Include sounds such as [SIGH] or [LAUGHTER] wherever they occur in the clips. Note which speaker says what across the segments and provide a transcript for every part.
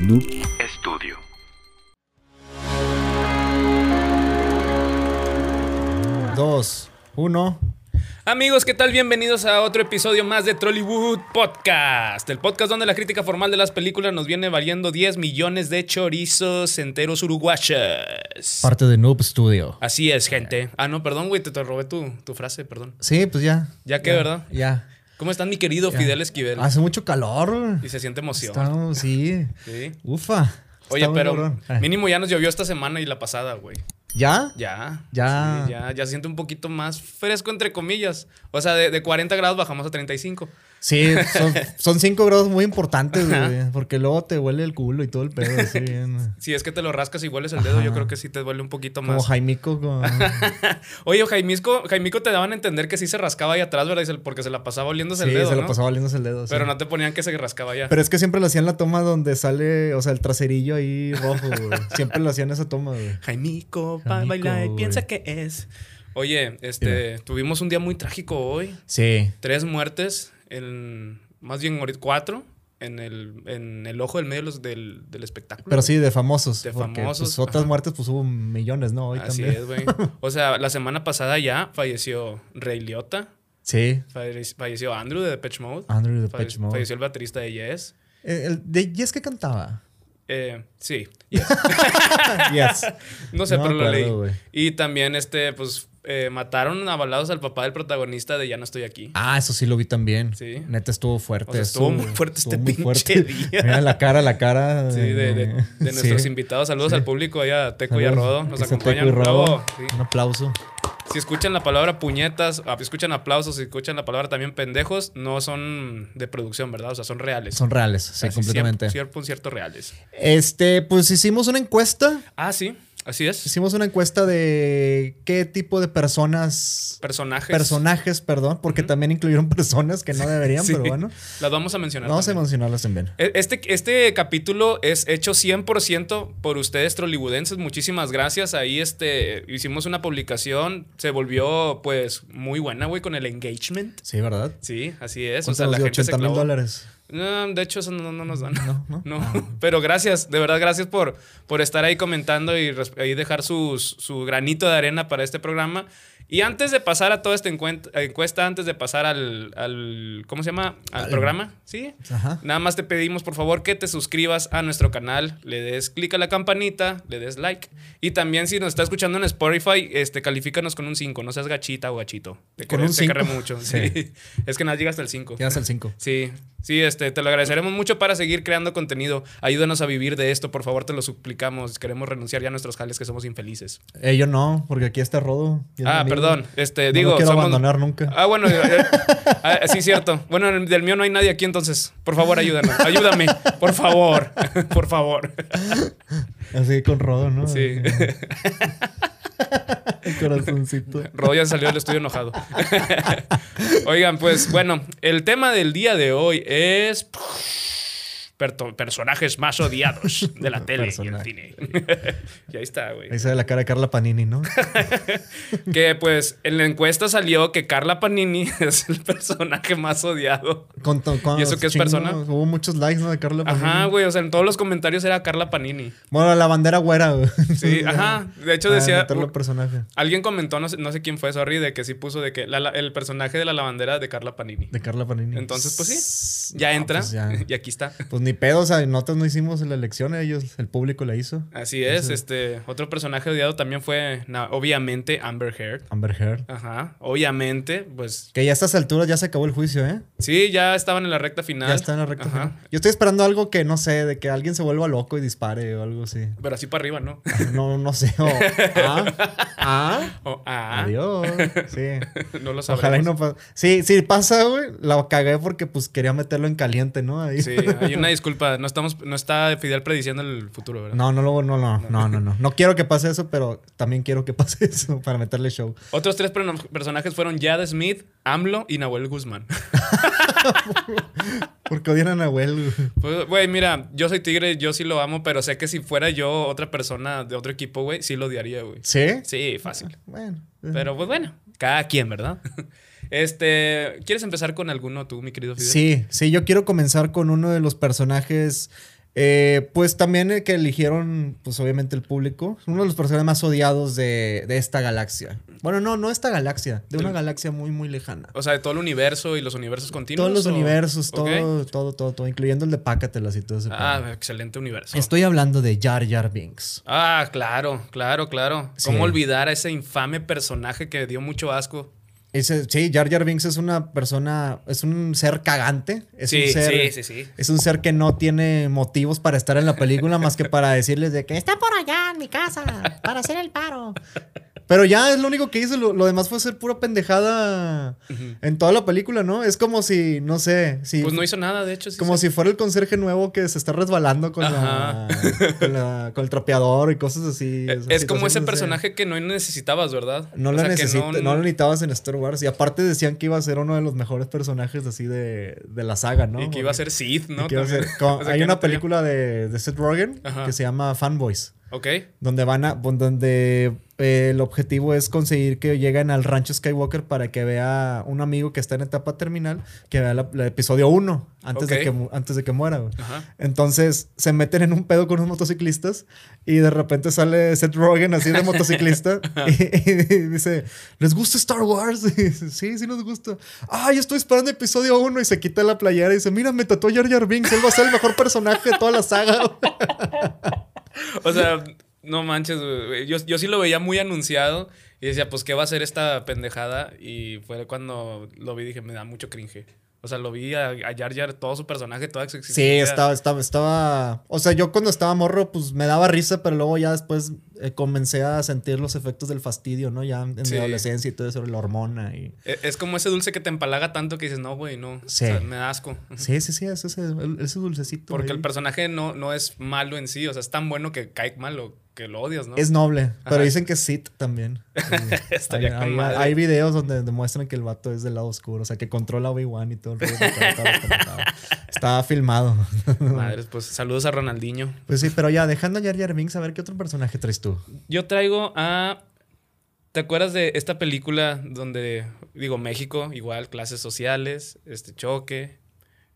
Speaker 1: Noob
Speaker 2: Estudio.
Speaker 3: Dos, uno.
Speaker 4: Amigos, ¿qué tal? Bienvenidos a otro episodio más de Trollywood Podcast. El podcast donde la crítica formal de las películas nos viene valiendo 10 millones de chorizos enteros uruguayos.
Speaker 3: Parte de Noob Studio.
Speaker 4: Así es, gente. Ah, no, perdón, güey, te, te robé tu, tu frase, perdón.
Speaker 3: Sí, pues ya.
Speaker 4: Ya que, ¿verdad?
Speaker 3: Ya.
Speaker 4: ¿Cómo están, mi querido
Speaker 3: ya. Ah,
Speaker 4: Fidel Esquivel?
Speaker 3: Hace mucho calor.
Speaker 4: Y se siente emoción.
Speaker 3: Estamos, sí.
Speaker 4: Sí.
Speaker 3: Ufa.
Speaker 4: Oye,
Speaker 3: Está muy
Speaker 4: pero
Speaker 3: cabrón. Ah.
Speaker 4: mínimo ya nos llovió esta semana y la pasada, güey.
Speaker 3: ¿Ya?
Speaker 4: Ya.
Speaker 3: Ya.
Speaker 4: Sí, ya, ya se siente un poquito más fresco, entre comillas. O sea, de, de 40 grados bajamos a 35.
Speaker 3: Sí,
Speaker 4: [LAUGHS]
Speaker 3: son, son cinco grados muy importantes, güey. Porque luego te huele el culo y todo el pedo.
Speaker 4: [LAUGHS]
Speaker 3: Así bien.
Speaker 4: Si es que te lo rascas y hueles el dedo, yo creo que sí te duele un poquito
Speaker 3: Como
Speaker 4: más.
Speaker 3: Jaimico.
Speaker 4: [LAUGHS]
Speaker 3: como-
Speaker 4: Oye, Jaimisco, Jaimico te daban a entender que sí se rascaba ahí atrás, ¿verdad? Y se- Porque se la pasaba oliéndose
Speaker 3: Sí,
Speaker 4: el dedo,
Speaker 3: se lo
Speaker 4: ¿no?
Speaker 3: pasaba oliéndose el dedo. sí.
Speaker 4: Pero no te ponían que se rascaba ya.
Speaker 3: Pero es que siempre lo hacían la toma donde sale, o sea, el traserillo ahí rojo, güey. Siempre lo hacían esa toma, güey.
Speaker 4: Jaimico, pa-
Speaker 3: Jaimico,
Speaker 4: baila y
Speaker 3: güey.
Speaker 4: piensa que es. Oye, este, tuvimos un día muy trágico hoy.
Speaker 3: Sí.
Speaker 4: Tres muertes, en, más bien ahorita cuatro, en el, en el ojo del medio de los- del, del espectáculo.
Speaker 3: Pero sí, de famosos.
Speaker 4: De
Speaker 3: porque,
Speaker 4: famosos,
Speaker 3: pues, otras
Speaker 4: ajá.
Speaker 3: muertes, pues hubo millones, ¿no? Hoy
Speaker 4: Así
Speaker 3: también.
Speaker 4: es, güey.
Speaker 3: [LAUGHS]
Speaker 4: O sea, la semana pasada ya falleció Ray Liotta,
Speaker 3: Sí.
Speaker 4: falle- falleció Andrew de Depeche Mode,
Speaker 3: Andrew de
Speaker 4: falle-
Speaker 3: Pitch Mode.
Speaker 4: falleció el baterista de Yes.
Speaker 3: Eh, El de Yes que cantaba.
Speaker 4: Eh,
Speaker 3: [LAUGHS]
Speaker 4: sí,
Speaker 3: Yes.
Speaker 4: [LAUGHS] No sé,
Speaker 3: No me
Speaker 4: pero lo
Speaker 3: acuerdo,
Speaker 4: leí.
Speaker 3: güey.
Speaker 4: Y también, este, pues, eh, mataron a balados al papá del protagonista de Ya no estoy aquí.
Speaker 3: Ah, eso sí lo vi también.
Speaker 4: Sí.
Speaker 3: Neta estuvo fuerte.
Speaker 4: O sea, estuvo muy fuerte este pinche día.
Speaker 3: [LAUGHS] Mira la cara, la cara.
Speaker 4: Sí, de, de- de
Speaker 3: [LAUGHS] Sí.
Speaker 4: nuestros invitados. Saludos
Speaker 3: Sí.
Speaker 4: al público allá, a Teco y a
Speaker 3: Saludos.
Speaker 4: Rodo. Nos
Speaker 3: Aquí está Teco
Speaker 4: acompañan.
Speaker 3: y Rodo.
Speaker 4: Bravo. Sí.
Speaker 3: Un aplauso.
Speaker 4: Si escuchan la palabra puñetas, ah, escuchan aplausos, si escuchan la palabra también pendejos, no son de producción, ¿verdad? O sea, son reales.
Speaker 3: Son reales, sí,
Speaker 4: Así,
Speaker 3: completamente.
Speaker 4: Cierto, cierto, cierto reales.
Speaker 3: Este, pues hicimos una encuesta.
Speaker 4: Ah, sí, así es.
Speaker 3: Hicimos una encuesta de qué tipo de personas.
Speaker 4: Personajes.
Speaker 3: Personajes, perdón, porque también incluyeron personas que no deberían,
Speaker 4: [LAUGHS] Sí.
Speaker 3: pero bueno.
Speaker 4: Las vamos a mencionar.
Speaker 3: Vamos a
Speaker 4: también.
Speaker 3: mencionarlas también.
Speaker 4: E- Este, este capítulo es hecho 100% por ustedes trolibudenses. Muchísimas gracias. Ahí este, hicimos una publicación. Se volvió pues muy buena, güey, con el engagement.
Speaker 3: Sí, ¿verdad?
Speaker 4: Sí, así es.
Speaker 3: ¿Cuánto
Speaker 4: O sea,
Speaker 3: nos
Speaker 4: la
Speaker 3: dio?
Speaker 4: gente se
Speaker 3: 80 mil
Speaker 4: clavó.
Speaker 3: dólares.
Speaker 4: No, de hecho, eso no,
Speaker 3: [LAUGHS]
Speaker 4: no nos dan.
Speaker 3: No, no.
Speaker 4: No, pero gracias, de verdad, gracias por, por estar ahí comentando y, res- ahí dejar sus- su granito de arena para este programa. Y antes de pasar a toda esta encuent- encuesta, antes de pasar al, al- ¿cómo se llama? Al programa, ¿sí?
Speaker 3: Ajá.
Speaker 4: Nada más te pedimos, por favor, que te suscribas a nuestro canal, le des clic a la campanita, le des like. Y también si nos está escuchando en Spotify, este, califícanos con un 5, no seas gachita o gachito. Te
Speaker 3: Con
Speaker 4: quere-
Speaker 3: un
Speaker 4: te querré
Speaker 3: cinco. [LAUGHS]
Speaker 4: mucho.
Speaker 3: Sí.
Speaker 4: sí. [LAUGHS] Es que nada, llega hasta el 5.
Speaker 3: Ya es el 5.
Speaker 4: Sí, sí, este, te lo agradeceremos mucho para seguir creando contenido. Ayúdanos a vivir de esto, por favor, te lo suplicamos. Queremos renunciar ya a nuestros jales que somos infelices.
Speaker 3: Eh, yo no, porque aquí está Rodo. y es mi
Speaker 4: Ah,
Speaker 3: amigo.
Speaker 4: perdón, este,
Speaker 3: No
Speaker 4: digo.
Speaker 3: lo quiero
Speaker 4: somos-
Speaker 3: abandonar nunca.
Speaker 4: Ah, bueno, eh, ah, sí, cierto. Bueno, el- del mío no hay nadie aquí, entonces, por favor, ayúdanos. Ayúdame, por favor, [LAUGHS] por favor.
Speaker 3: Así con Rodo, ¿no?
Speaker 4: Sí. [LAUGHS]
Speaker 3: El corazoncito.
Speaker 4: Rodo ya salió del estudio enojado. [LAUGHS] Oigan, pues bueno, el tema del día de hoy es perto- personajes más odiados de la tele y el
Speaker 3: Personaje.
Speaker 4: cine. [LAUGHS] y ahí está, güey.
Speaker 3: Ahí sale la cara de Carla Panini, ¿no?
Speaker 4: Que pues en la encuesta salió que Carla Panini [LAUGHS] es el personaje más odiado.
Speaker 3: Con to- con
Speaker 4: ¿Y eso qué es
Speaker 3: chingo,
Speaker 4: persona?
Speaker 3: Hubo muchos likes, ¿no? De Carla Panini.
Speaker 4: Ajá, güey. O sea, en todos los comentarios era Carla Panini.
Speaker 3: Bueno, la bandera güera, güey. [LAUGHS]
Speaker 4: Sí, ajá. De hecho
Speaker 3: Ah,
Speaker 4: decía.
Speaker 3: meterlo al personaje
Speaker 4: Alguien comentó, no sé, no sé quién fue, sorry, de que sí puso de que la- la- el personaje de la lavandera de Carla Panini.
Speaker 3: de Carla Panini.
Speaker 4: Entonces, pues sí.
Speaker 3: No,
Speaker 4: Ya entra
Speaker 3: Pues, ya.
Speaker 4: [LAUGHS] y aquí está.
Speaker 3: Pues ni pedo, o sea, nosotros no hicimos la elección, ellos, el público la hizo.
Speaker 4: Así es, este otro personaje odiado también fue, na- obviamente, Amber Heard.
Speaker 3: Amber Heard.
Speaker 4: Ajá, obviamente, pues
Speaker 3: Que ya a estas alturas ya se acabó el juicio, ¿eh?
Speaker 4: sí, ya estaban en la recta final.
Speaker 3: Ya está en la recta
Speaker 4: Ajá.
Speaker 3: final. Yo estoy esperando algo que no sé, de que alguien se vuelva loco y dispare o algo así.
Speaker 4: Pero así para arriba, ¿no?
Speaker 3: No, no sé. O, ah, ah,
Speaker 4: O, ah,
Speaker 3: adiós. Sí.
Speaker 4: [LAUGHS] no lo sabremos.
Speaker 3: Ojalá y no pase. Sí, sí pasa, güey. La cagué porque pues quería meterlo en caliente, ¿no? Ahí.
Speaker 4: Sí, hay una disculpa. No estamos, no está Fidel prediciendo el futuro,
Speaker 3: [LAUGHS]
Speaker 4: ¿verdad?
Speaker 3: No, no, no, no, no, no, no, no. No quiero que pase eso, pero también quiero que [LAUGHS] pase eso para meterle show.
Speaker 4: Otros tres prono- personajes fueron Jade Smith, AMLO y Nahuel Guzmán.
Speaker 3: Porque odian a Nahuel. güey.
Speaker 4: Pues, güey, mira, yo soy tigre, yo sí lo amo, pero sé que si fuera yo otra persona de otro equipo, güey, sí lo odiaría, güey.
Speaker 3: ¿Sí?
Speaker 4: Sí, fácil.
Speaker 3: Bueno.
Speaker 4: Pero pues bueno, cada quien, ¿verdad? [LAUGHS] Este, pues, ¿quieres empezar con alguno tú, mi querido Fidel?
Speaker 3: Sí, sí, yo quiero comenzar con uno de los personajes Eh, pues también el que eligieron, pues obviamente el público, uno de los personajes más odiados de, de esta galaxia. Bueno, no, no esta galaxia, de una
Speaker 4: Del-
Speaker 3: galaxia muy, muy lejana.
Speaker 4: O sea, de todo el universo y los universos continuos.
Speaker 3: Todos los
Speaker 4: ¿o?
Speaker 3: universos,
Speaker 4: Ok.
Speaker 3: todo, todo, todo, todo, incluyendo el de Pácatelas y todo ese.
Speaker 4: Ah,
Speaker 3: pedo.
Speaker 4: excelente universo.
Speaker 3: Estoy hablando de Jar Jar Binks.
Speaker 4: Ah, claro, claro, claro.
Speaker 3: Sí.
Speaker 4: ¿Cómo olvidar a ese infame personaje que dio mucho asco?
Speaker 3: Ese- sí, Jar Jar Binks es una persona, es un ser cagante. Es
Speaker 4: Sí,
Speaker 3: un ser,
Speaker 4: sí, sí, sí.
Speaker 3: Es un ser que no tiene motivos para estar en la película más que para decirles de que está.
Speaker 1: Está por allá en mi casa para hacer el paro.
Speaker 3: Pero ya es lo único que hizo, lo, lo demás fue ser pura pendejada en toda la película, ¿no? Es como si, no sé, si,
Speaker 4: Pues no hizo nada, de hecho. sí
Speaker 3: como
Speaker 4: se-
Speaker 3: si fuera el conserje nuevo que se está resbalando con, la, con, la- con el trapeador y cosas así. o sea,
Speaker 4: Es como
Speaker 3: situaciones
Speaker 4: ese
Speaker 3: de-
Speaker 4: personaje que no necesitabas, ¿verdad?
Speaker 3: No,
Speaker 4: O
Speaker 3: lo
Speaker 4: sea, que
Speaker 3: necesita- no lo necesitabas en Star Wars. Y aparte decían que iba a ser uno de los mejores personajes así de, de la saga, ¿no?
Speaker 4: Y que iba a
Speaker 3: Porque-
Speaker 4: ser Sith, ¿no?
Speaker 3: y que iba a
Speaker 4: También.
Speaker 3: ser- como-
Speaker 4: [LAUGHS] O sea,
Speaker 3: hay
Speaker 4: que
Speaker 3: una
Speaker 4: no tenía-
Speaker 3: película de, de Seth Rogen
Speaker 4: Ajá.
Speaker 3: que se llama Fanboys.
Speaker 4: Ok.
Speaker 3: Donde van a. Donde eh, el objetivo es conseguir que lleguen al rancho Skywalker para que vea un amigo que está en etapa terminal, que vea la- el episodio 1 antes,
Speaker 4: Ok.
Speaker 3: de, que, mu- antes de que muera. güey.
Speaker 4: Ajá.
Speaker 3: Entonces se meten en un pedo con unos motociclistas y de repente sale Seth Rogen así de motociclista y, y dice, ¿les gusta Star Wars? [LAUGHS] Y dice, sí, sí nos gusta. Ah, yo estoy esperando episodio 1 y se quita la playera y dice, mira, me tatuó Jar Jar Binks, él va a ser el mejor personaje de toda la saga.
Speaker 4: O sea, no manches, güey. Yo, yo sí lo veía muy anunciado y decía, pues, ¿qué va a ser esta pendejada? Y fue cuando lo vi dije, me da mucho cringe. O sea, lo vi a, a Jar Jar, todo su personaje, toda su
Speaker 3: Sí,
Speaker 4: existencia.
Speaker 3: estaba, estaba, estaba. O sea, yo cuando estaba morro, pues me daba risa, pero luego ya después eh, comencé a sentir los efectos del fastidio, ¿no? Ya en
Speaker 4: Sí.
Speaker 3: mi adolescencia y todo eso, la hormona y.
Speaker 4: E- Es como ese dulce que te empalaga tanto que dices, no, güey, no.
Speaker 3: Sí.
Speaker 4: O sea, me da asco.
Speaker 3: Sí, sí, sí, ese, ese, el- ese dulcecito.
Speaker 4: Porque
Speaker 3: ahí.
Speaker 4: el personaje no, no es malo en sí. O sea, es tan bueno que cae malo, que lo odias, ¿no?
Speaker 3: Es noble, pero
Speaker 4: Ajá.
Speaker 3: dicen que es Sith
Speaker 4: [LAUGHS]
Speaker 3: también. Sí.
Speaker 4: Estaría
Speaker 3: hay,
Speaker 4: con
Speaker 3: hay-
Speaker 4: madre.
Speaker 3: hay videos donde demuestran que el vato es del lado oscuro, o sea, que controla a Obi-Wan y todo el rollo. Está- está- está- Está filmado.
Speaker 4: Madres, pues, saludos a Ronaldinho.
Speaker 3: Pues sí, pero ya, dejando a Jar Jar Binks, a ver qué otro personaje traes tú.
Speaker 4: Yo traigo a. ¿Te acuerdas de esta película donde, digo, México, igual, clases sociales, este choque,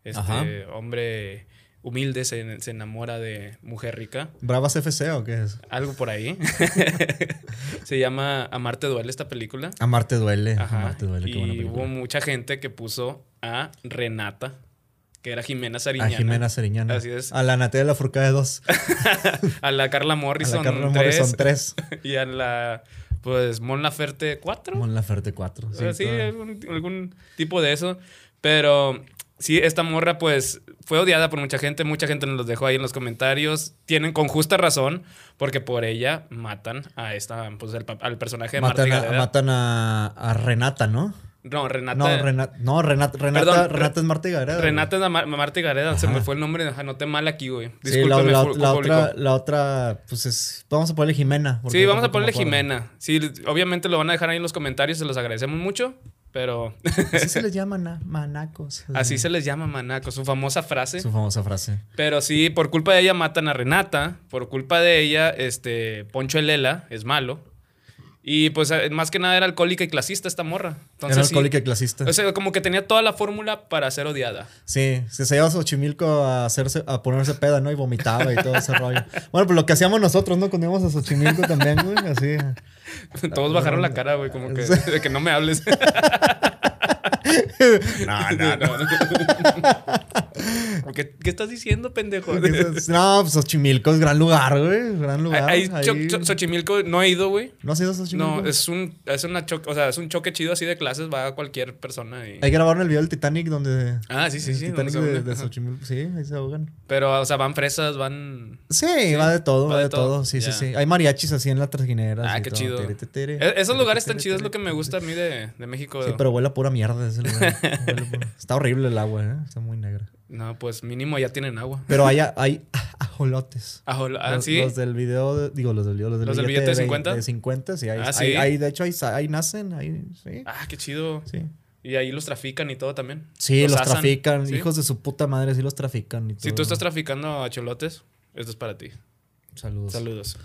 Speaker 4: este
Speaker 3: Ajá.
Speaker 4: hombre humilde se, se enamora de mujer rica?
Speaker 3: ¿Bravas FC o qué es?
Speaker 4: Algo
Speaker 3: [LAUGHS]
Speaker 4: por ahí. se llama Amarte Duele esta película.
Speaker 3: Amarte duele.
Speaker 4: Ajá.
Speaker 3: Amarte duele, qué
Speaker 4: y
Speaker 3: buena
Speaker 4: hubo
Speaker 3: película.
Speaker 4: mucha gente que puso a Renata, que era Jimena
Speaker 3: A
Speaker 4: Sariñana.
Speaker 3: Jimena Seriñana.
Speaker 4: Así es.
Speaker 3: A la Natalia La Furcada de
Speaker 4: [LAUGHS]
Speaker 3: 2.
Speaker 4: a la Carla
Speaker 3: A la
Speaker 4: Morrison,
Speaker 3: Carla
Speaker 4: tres,
Speaker 3: Morrison
Speaker 4: [LAUGHS]
Speaker 3: 3.
Speaker 4: Y a la, pues, Mon Laferte 4.
Speaker 3: Mon Laferte 4.
Speaker 4: O sea, Sí,
Speaker 3: todo.
Speaker 4: algún, algún tipo de eso. Pero sí, esta morra pues fue odiada por mucha gente. Mucha gente nos los dejó ahí en los comentarios. Tienen con justa razón porque por ella matan a esta, pues al, pa- al personaje de Marta
Speaker 3: Matan, a,
Speaker 4: Gareda.
Speaker 3: matan a, a Renata, ¿no?
Speaker 4: No, Renata.
Speaker 3: No, Renata, no, Renata, Renata,
Speaker 4: Perdón,
Speaker 3: Renata es Marta y Gareda. güey.
Speaker 4: Renata es la Mar- Marta Gareda. Se
Speaker 3: Ajá.
Speaker 4: me fue el nombre. Anoté mal aquí, güey.
Speaker 3: Sí, la,
Speaker 4: Discúlpame,
Speaker 3: la-
Speaker 4: fu-
Speaker 3: la
Speaker 4: público.
Speaker 3: otra, la otra, pues es. Vamos a ponerle Jimena. porque
Speaker 4: Sí, vamos a
Speaker 3: tampoco me
Speaker 4: ponerle
Speaker 3: acuerdo.
Speaker 4: Jimena. Sí, obviamente lo van a dejar ahí en los comentarios. Se los agradecemos mucho. Pero [LAUGHS]
Speaker 3: Así se les llama na- manacos.
Speaker 4: así se les llama manaco. Su famosa frase.
Speaker 3: Su famosa frase.
Speaker 4: Pero sí, por culpa de ella matan a Renata, por culpa de ella, este, Poncho Elela es malo. Y pues eh, más que nada era alcohólica y clasista esta morra. Entonces,
Speaker 3: Era
Speaker 4: sí,
Speaker 3: alcohólica y clasista.
Speaker 4: O sea, como que tenía toda la fórmula para ser odiada. [LAUGHS]
Speaker 3: Sí, se, se iba a Xochimilco a, hacerse, a ponerse peda, ¿no? Y vomitaba y todo ese rollo. Bueno, pues lo que hacíamos nosotros, ¿no? Cuando íbamos a Xochimilco también, güey. Así.
Speaker 4: Todos bajaron la cara, güey, como que
Speaker 3: [LAUGHS]
Speaker 4: de que no me hables.
Speaker 3: No,
Speaker 4: [LAUGHS] ¿Qué, qué estás diciendo, pendejo? [LAUGHS]
Speaker 3: No, pues Xochimilco es gran lugar, güey. Gran lugar.
Speaker 4: Ahí-
Speaker 3: ahí.
Speaker 4: Cho- Cho- Xochimilco no he ido, güey.
Speaker 3: ¿No has ido a Xochimilco?
Speaker 4: No, es un, es una choque, o sea, es un choque chido así de clases, va cualquier persona y...
Speaker 3: Ahí grabaron el video del Titanic donde.
Speaker 4: Ah, sí, sí,
Speaker 3: el
Speaker 4: sí. donde
Speaker 3: Titanic
Speaker 4: se
Speaker 3: de,
Speaker 4: une.
Speaker 3: de
Speaker 4: Ajá.
Speaker 3: Xochimilco. Sí, ahí se ahogan.
Speaker 4: Pero, o sea, van fresas, van...
Speaker 3: Sí, va de todo, va de, todo. Sí,
Speaker 4: ya.
Speaker 3: sí, sí. Hay mariachis así en la trajinera.
Speaker 4: Ah,
Speaker 3: así
Speaker 4: qué
Speaker 3: todo.
Speaker 4: chido.
Speaker 3: Tere, tere,
Speaker 4: E- Esos
Speaker 3: tere,
Speaker 4: lugares
Speaker 3: tere,
Speaker 4: tan chidos es
Speaker 3: tere,
Speaker 4: lo que me gusta a mí de, de México.
Speaker 3: tere. Sí, pero huele a pura mierda ese
Speaker 4: [LAUGHS]
Speaker 3: lugar. Huele pura- Está horrible el agua, ¿eh? Está muy negra.
Speaker 4: No, pues mínimo ya tienen agua.
Speaker 3: Pero hay, hay [LAUGHS] ajolotes.
Speaker 4: Ajol- ah,
Speaker 3: los,
Speaker 4: sí.
Speaker 3: los del video, de- digo, los del video, los del,
Speaker 4: ¿Los del billete de
Speaker 3: vein-
Speaker 4: 50?
Speaker 3: De 50, sí. Hay,
Speaker 4: Ah, sí.
Speaker 3: hay- hay- de hecho, ahí, sa- ahí nacen, ahí, sí.
Speaker 4: Ah, qué chido.
Speaker 3: Sí,
Speaker 4: Y ahí los trafican y todo también.
Speaker 3: Sí, los,
Speaker 4: asan,
Speaker 3: trafican.
Speaker 4: ¿sí?
Speaker 3: Hijos de su puta madre, sí los trafican. y
Speaker 4: Si
Speaker 3: todo.
Speaker 4: tú estás traficando a cholotes, esto es para ti.
Speaker 3: Saludos.
Speaker 4: Saludos.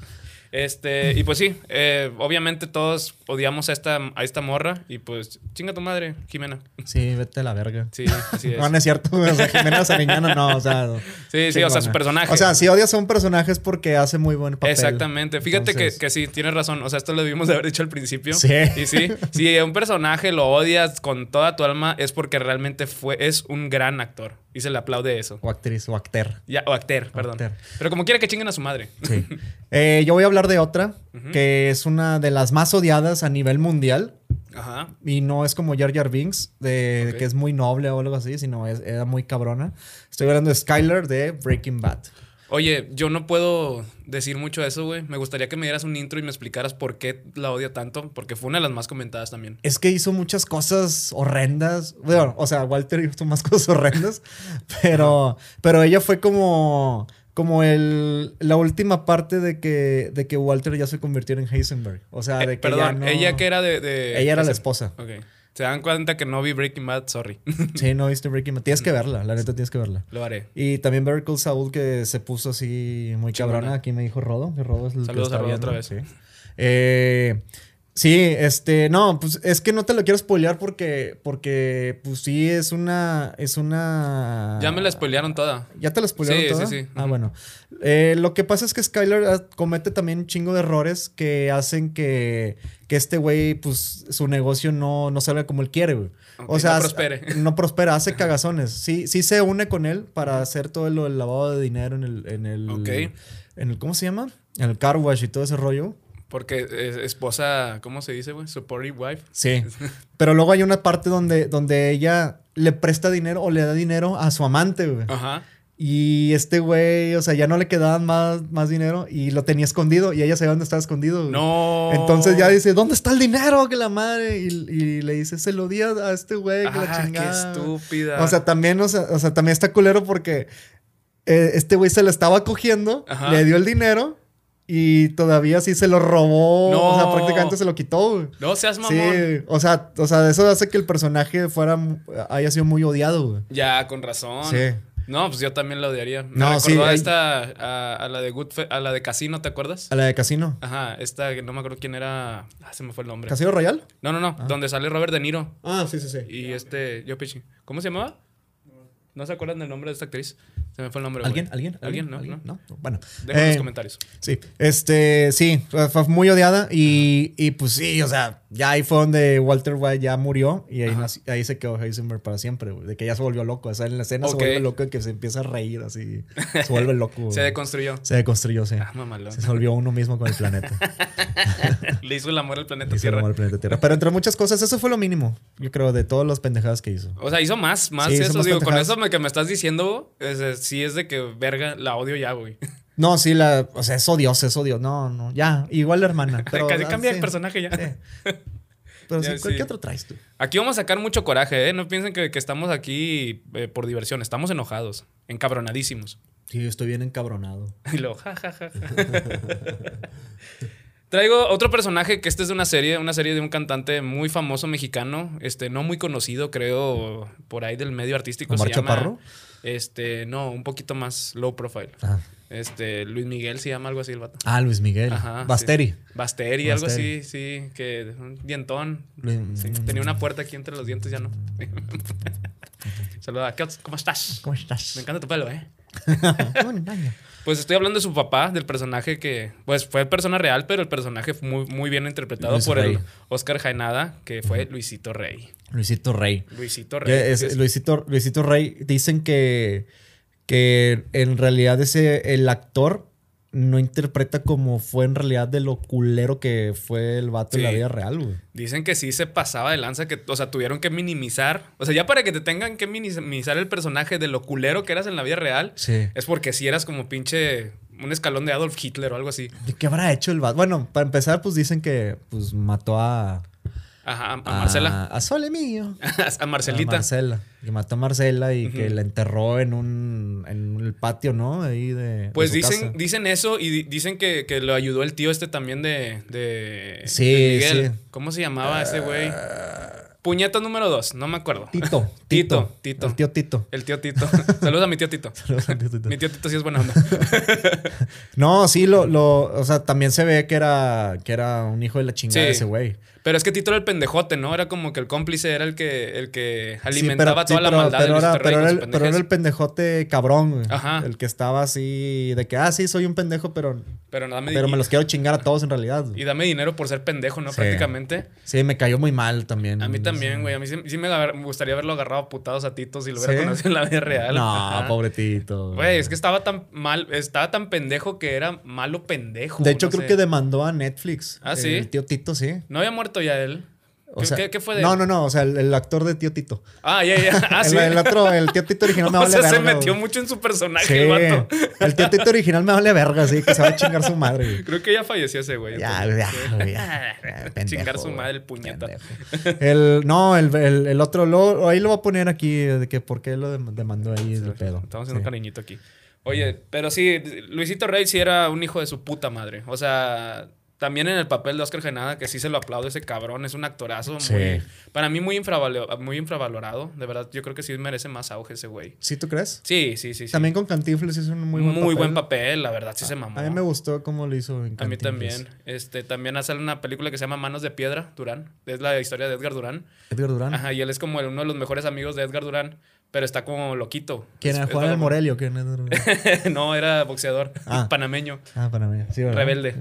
Speaker 4: Este, y pues sí, eh, obviamente todos odiamos a esta, a esta morra y pues chinga tu madre, Jimena.
Speaker 3: Sí, vete a la verga.
Speaker 4: Sí,
Speaker 3: [LAUGHS]
Speaker 4: así es.
Speaker 3: No, no es cierto. O sea, Jimena Sariñana no, o sea.
Speaker 4: Sí, sí, o sea, su
Speaker 3: chingona.
Speaker 4: personaje.
Speaker 3: O sea, si odias a un personaje es porque hace muy buen papel.
Speaker 4: Exactamente. Fíjate que-
Speaker 3: Entonces-
Speaker 4: que, sí, tienes razón. O sea, esto lo debimos de haber dicho al principio.
Speaker 3: Sí.
Speaker 4: Y sí, si a un personaje lo odias con toda tu alma es porque realmente fue, es un gran actor. Y se le aplaude eso.
Speaker 3: O actriz o actor.
Speaker 4: Ya, o actor, perdón.
Speaker 3: Actor.
Speaker 4: [LAUGHS] Pero como quiera que chinguen a su madre.
Speaker 3: Sí. Eh, yo voy a hablar de otra, que es una de las más odiadas a nivel mundial.
Speaker 4: Ajá.
Speaker 3: Y no es como Jar Jar Binks, de, de
Speaker 4: Ok.
Speaker 3: que es muy noble o algo así, sino es, era muy cabrona. Estoy hablando de Skyler de Breaking Bad.
Speaker 4: Oye, yo no puedo decir mucho de eso, güey. Me gustaría que me dieras un intro y me explicaras por qué la odio tanto, porque fue una de las más comentadas también.
Speaker 3: Es que hizo muchas cosas horrendas. Bueno, o sea, Walter hizo más [LAUGHS] cosas horrendas, pero, pero ella fue como, como el, la última parte de que, de que Walter ya se convirtió en Heisenberg. O sea,
Speaker 4: Eh,
Speaker 3: Ah, de que ya
Speaker 4: perdón,
Speaker 3: no-
Speaker 4: ella que era de, de-
Speaker 3: Ella era la
Speaker 4: ese-
Speaker 3: esposa.
Speaker 4: Ok. Se dan cuenta que no vi Breaking Bad, sorry. [LAUGHS]
Speaker 3: Sí, no viste Breaking Bad. Tienes que verla, la neta tienes que verla.
Speaker 4: lo haré.
Speaker 3: Y también Better Call Saul que se puso así muy
Speaker 4: Chingona.
Speaker 3: cabrona. Aquí me dijo Rodo. que Rodo es el que
Speaker 4: Saludos
Speaker 3: está
Speaker 4: a Rodo
Speaker 3: viendo,
Speaker 4: otra vez.
Speaker 3: Sí. Eh, sí, este, no, pues es que no te lo quiero spoilear porque, porque, pues sí, es una, es una...
Speaker 4: Ya me la spoilearon toda.
Speaker 3: ¿Ya te lo spoilearon
Speaker 4: Sí, sí,
Speaker 3: toda?
Speaker 4: sí.
Speaker 3: Ah,
Speaker 4: Ujú.
Speaker 3: bueno. Eh, lo que pasa es que Skyler ah, comete también un chingo de errores que hacen que, que este güey, pues, su negocio no, no salga como él quiere, güey.
Speaker 4: Ok,
Speaker 3: o sea,
Speaker 4: no prospere.
Speaker 3: [LAUGHS] no prospera, hace cagazones. Sí, sí se une con él para hacer todo lo del lavado de dinero en el, en el,
Speaker 4: Ok.
Speaker 3: en el, ¿cómo se llama? En el car wash y todo ese rollo.
Speaker 4: [LAUGHS] Porque es- esposa, ¿cómo se dice, güey? Supportive wife.
Speaker 3: Sí. [LAUGHS] Pero luego hay una parte donde, donde ella le presta dinero o le da dinero a su amante, güey.
Speaker 4: Ajá.
Speaker 3: Y este güey, o sea, ya no le quedaban más, más dinero y lo tenía escondido y ella sabía dónde estaba escondido. güey.
Speaker 4: No.
Speaker 3: Entonces ya dice, ¿dónde está el dinero? Que la madre. Y, y le dice, se lo di a, a este güey, que la
Speaker 4: Ah, qué
Speaker 3: chingada.
Speaker 4: estúpida.
Speaker 3: O sea, también, o sea, o sea, también está culero porque eh, este güey se lo estaba cogiendo,
Speaker 4: Ajá.
Speaker 3: le dio el dinero y todavía sí se lo robó. O
Speaker 4: No.
Speaker 3: sea, prácticamente se lo quitó. güey.
Speaker 4: no seas mamón.
Speaker 3: Sí, o sea, o sea, eso hace que el personaje fuera, haya sido muy odiado, güey.
Speaker 4: Ya, con razón.
Speaker 3: Sí.
Speaker 4: No, pues yo también la odiaría. Me
Speaker 3: No,
Speaker 4: no,
Speaker 3: sí,
Speaker 4: a
Speaker 3: hay-
Speaker 4: esta, a, a la de Goodfe- a la de Casino, ¿te acuerdas?
Speaker 3: A la de Casino.
Speaker 4: Ajá, esta, que no me acuerdo quién era. Ah, se me fue el nombre.
Speaker 3: ¿Casino Ah. Royal?
Speaker 4: No, no, no, donde sale Robert De Niro.
Speaker 3: Ah, sí, sí, sí.
Speaker 4: Y este, yo pichi. ¿Cómo se llamaba? ¿No se acuerdan del nombre de esta actriz? Se me fue el nombre. güey.
Speaker 3: ¿Alguien? ¿Alguien?
Speaker 4: ¿Alguien? No, no.
Speaker 3: no. Bueno.
Speaker 4: Déjame en los
Speaker 3: Eh,
Speaker 4: comentarios.
Speaker 3: Sí, este, sí, fue fue muy odiada y, y pues sí, o sea, ya ahí fue donde Walter White ya murió y ahí, nació- ahí se quedó Heisenberg para siempre, güey, de que ya se volvió loco, o sea, en la escena
Speaker 4: Ok.
Speaker 3: se vuelve loco y que se empieza a reír así, se vuelve loco. güey.
Speaker 4: [LAUGHS] Se deconstruyó.
Speaker 3: Se deconstruyó, sí.
Speaker 4: Ah, mamalón.
Speaker 3: Se volvió uno mismo con el
Speaker 4: [LAUGHS]
Speaker 3: planeta.
Speaker 4: Le hizo el amor al planeta
Speaker 3: y se
Speaker 4: Tierra.
Speaker 3: armó el planeta Tierra. Pero entre muchas cosas, eso fue lo mínimo, yo creo, de todas las pendejadas que hizo.
Speaker 4: O sea, hizo más, más
Speaker 3: Sí, hizo
Speaker 4: eso.
Speaker 3: más
Speaker 4: Digo, con
Speaker 3: pendejadas.
Speaker 4: eso me- que me estás diciendo, es, es- sí es de que verga, la odio ya, güey. [LAUGHS]
Speaker 3: No, sí, la, o sea, es odioso, es odioso. No, no, ya, igual la hermana. Pero,
Speaker 4: [LAUGHS] Casi
Speaker 3: ah,
Speaker 4: cambia de
Speaker 3: sí.
Speaker 4: personaje ya.
Speaker 3: Pero sí,
Speaker 4: Ya,
Speaker 3: ¿cuál-
Speaker 4: sí.
Speaker 3: ¿qué otro traes tú?
Speaker 4: Aquí vamos a sacar mucho coraje, ¿eh? No piensen que, que estamos aquí eh, por diversión. Estamos enojados, encabronadísimos.
Speaker 3: Sí, yo estoy bien encabronado.
Speaker 4: [LAUGHS] Y luego, ja, ja, ja, ja. Traigo otro personaje que este es de una serie, una serie de un cantante muy famoso mexicano, este, no muy conocido, creo, por ahí del medio artístico.
Speaker 3: ¿Omar
Speaker 4: se llama,
Speaker 3: Chaparro?
Speaker 4: Este, no, un poquito más low profile.
Speaker 3: Ah,
Speaker 4: Este, Luis Miguel se llama algo así el vato.
Speaker 3: Ah, Luis Miguel.
Speaker 4: Ajá,
Speaker 3: Basteri.
Speaker 4: sí. Basteri, algo
Speaker 3: Basteri.
Speaker 4: así, sí, que un dientón.
Speaker 3: Luis-
Speaker 4: Sí, tenía una puerta aquí entre los dientes, ya no. [LAUGHS] Saluda, ¿qué- ¿cómo estás?
Speaker 3: ¿Cómo estás?
Speaker 4: Me encanta tu pelo, ¿eh?
Speaker 3: Bueno, vaya.
Speaker 4: Pues estoy hablando de su papá, del personaje que, pues fue persona real, pero el personaje fue muy, muy bien interpretado
Speaker 3: Luis
Speaker 4: por
Speaker 3: Rey.
Speaker 4: el Oscar Jaenada, que fue Luisito Rey.
Speaker 3: Luisito Rey.
Speaker 4: Luisito Rey.
Speaker 3: Que es-
Speaker 4: es-
Speaker 3: Luisito, Luisito Rey. Dicen que, que en realidad ese, el actor no interpreta como fue en realidad de lo culero que fue el vato en la
Speaker 4: Sí.
Speaker 3: vida real, güey.
Speaker 4: Dicen que sí se pasaba de lanza, que, o sea, tuvieron que minimizar. O sea, ya para que te tengan que minimizar el personaje de lo culero que eras en la vida real,
Speaker 3: Sí.
Speaker 4: es porque si eras como pinche un escalón de Adolf Hitler o algo así.
Speaker 3: ¿De qué habrá hecho el vato? Bueno, para empezar, pues dicen que pues mató a...
Speaker 4: Ajá, a, a
Speaker 3: Ah.
Speaker 4: Marcela. [LAUGHS]
Speaker 3: A, a Sole mío.
Speaker 4: a
Speaker 3: A
Speaker 4: Marcelita.
Speaker 3: Marcela. Que mató a Marcela y que
Speaker 4: Ujú.
Speaker 3: la enterró en un en el patio, ¿no? Ahí de.
Speaker 4: Pues
Speaker 3: de su
Speaker 4: dicen,
Speaker 3: casa.
Speaker 4: dicen eso y di- dicen que, que lo ayudó el tío este también de. de
Speaker 3: Sí,
Speaker 4: de Miguel.
Speaker 3: sí. Ah.
Speaker 4: ¿Cómo se llamaba ese güey? Puñeto número dos, no me acuerdo.
Speaker 3: Tito.
Speaker 4: Tito, Tito.
Speaker 3: El tío Tito.
Speaker 4: El
Speaker 3: [LAUGHS]
Speaker 4: tío Tito. Saludos a mi tío Tito. [LAUGHS] Mi tío Tito sí es buena onda.
Speaker 3: No, sí, lo, lo, o sea, también se ve que era, que era un hijo de la chingada
Speaker 4: Sí.
Speaker 3: ese güey.
Speaker 4: Pero es que Tito era el pendejote, ¿no? Era como que el cómplice era el que, el que
Speaker 3: Sí, pero-
Speaker 4: alimentaba
Speaker 3: sí,
Speaker 4: toda la
Speaker 3: pero-
Speaker 4: maldad
Speaker 3: pero
Speaker 4: de Luisito
Speaker 3: era,
Speaker 4: Rey
Speaker 3: pero,
Speaker 4: con
Speaker 3: era
Speaker 4: sus
Speaker 3: el, pero era
Speaker 4: pendejes.
Speaker 3: el pendejote cabrón, güey.
Speaker 4: Ajá.
Speaker 3: El que estaba así de que, ah, sí, soy un pendejo, pero,
Speaker 4: Pero nada me
Speaker 3: pero
Speaker 4: y-
Speaker 3: me los quiero chingar a todos en realidad. güey.
Speaker 4: Y dame dinero por ser pendejo, ¿no?
Speaker 3: Sí.
Speaker 4: Prácticamente.
Speaker 3: Sí, me cayó muy mal también.
Speaker 4: A mí
Speaker 3: Sí.
Speaker 4: también, güey. A mí sí, sí me agar- me gustaría haberlo agarrado a putados a Tito si lo hubiera
Speaker 3: ¿Sí?
Speaker 4: conocido en la vida real.
Speaker 3: No,
Speaker 4: Ajá.
Speaker 3: pobre Tito.
Speaker 4: Güey, es que estaba tan mal, estaba tan pendejo que era malo pendejo.
Speaker 3: De hecho,
Speaker 4: no
Speaker 3: creo
Speaker 4: sé.
Speaker 3: que demandó a Netflix.
Speaker 4: Ah, ¿sí?
Speaker 3: El tío Tito, sí.
Speaker 4: No había muerto ya él.
Speaker 3: O
Speaker 4: ¿Qué-
Speaker 3: sea,
Speaker 4: qué, qué fue de
Speaker 3: No,
Speaker 4: él?
Speaker 3: no, no. O sea, el, el actor de tío Tito.
Speaker 4: Ah, ya,
Speaker 3: [LAUGHS]
Speaker 4: ya. Ah,
Speaker 3: el,
Speaker 4: sí.
Speaker 3: el otro, el tío Tito original me
Speaker 4: [LAUGHS] o
Speaker 3: vale
Speaker 4: sea, se
Speaker 3: verga,
Speaker 4: metió
Speaker 3: güey.
Speaker 4: mucho en su personaje
Speaker 3: Sí.
Speaker 4: el vato.
Speaker 3: El tío Tito original me vale verga, sí, que se va a chingar su madre. güey.
Speaker 4: Creo que ya falleció ese güey.
Speaker 3: Ya,
Speaker 4: entonces.
Speaker 3: ya, güey, ya.
Speaker 4: [LAUGHS] Ah,
Speaker 3: Pendejo,
Speaker 4: Chingar su
Speaker 3: güey.
Speaker 4: madre el puñeta.
Speaker 3: Pendejo. El, no, el, el, el otro, lo, ahí lo voy a poner aquí, de que por qué lo dem- demandó ahí el pedo.
Speaker 4: Estamos haciendo
Speaker 3: Sí.
Speaker 4: un cariñito aquí. Oye, pero sí, Luisito Rey sí era un hijo de su puta madre. O sea, también en el papel de Oscar Genada, que sí se lo aplaudo ese cabrón, es un actorazo. Muy,
Speaker 3: Sí.
Speaker 4: Para mí muy, infravalo- muy infravalorado. De verdad, yo creo que sí merece más auge ese güey.
Speaker 3: ¿Sí tú crees?
Speaker 4: Sí, sí, sí. sí.
Speaker 3: También con Cantinflas hizo un muy
Speaker 4: muy
Speaker 3: buen papel.
Speaker 4: la verdad, sí se mamó.
Speaker 3: A mí me gustó cómo lo hizo en
Speaker 4: A mí
Speaker 3: Cantinflas.
Speaker 4: también. Este, también hace una película que se llama Manos de Piedra, Durán. Es la historia de Edgar Durán.
Speaker 3: Edgar Durán.
Speaker 4: Ajá, y él es como el- uno de los mejores amigos de Edgar Durán, pero está como loquito.
Speaker 3: ¿Quién
Speaker 4: Es-
Speaker 3: era?
Speaker 4: es
Speaker 3: Juan el
Speaker 4: vagabundo.
Speaker 3: Morelio? ¿Quién era?
Speaker 4: [LAUGHS] no, era boxeador
Speaker 3: Ah.
Speaker 4: panameño,
Speaker 3: Ah, para mí. Sí, ¿verdad?
Speaker 4: rebelde.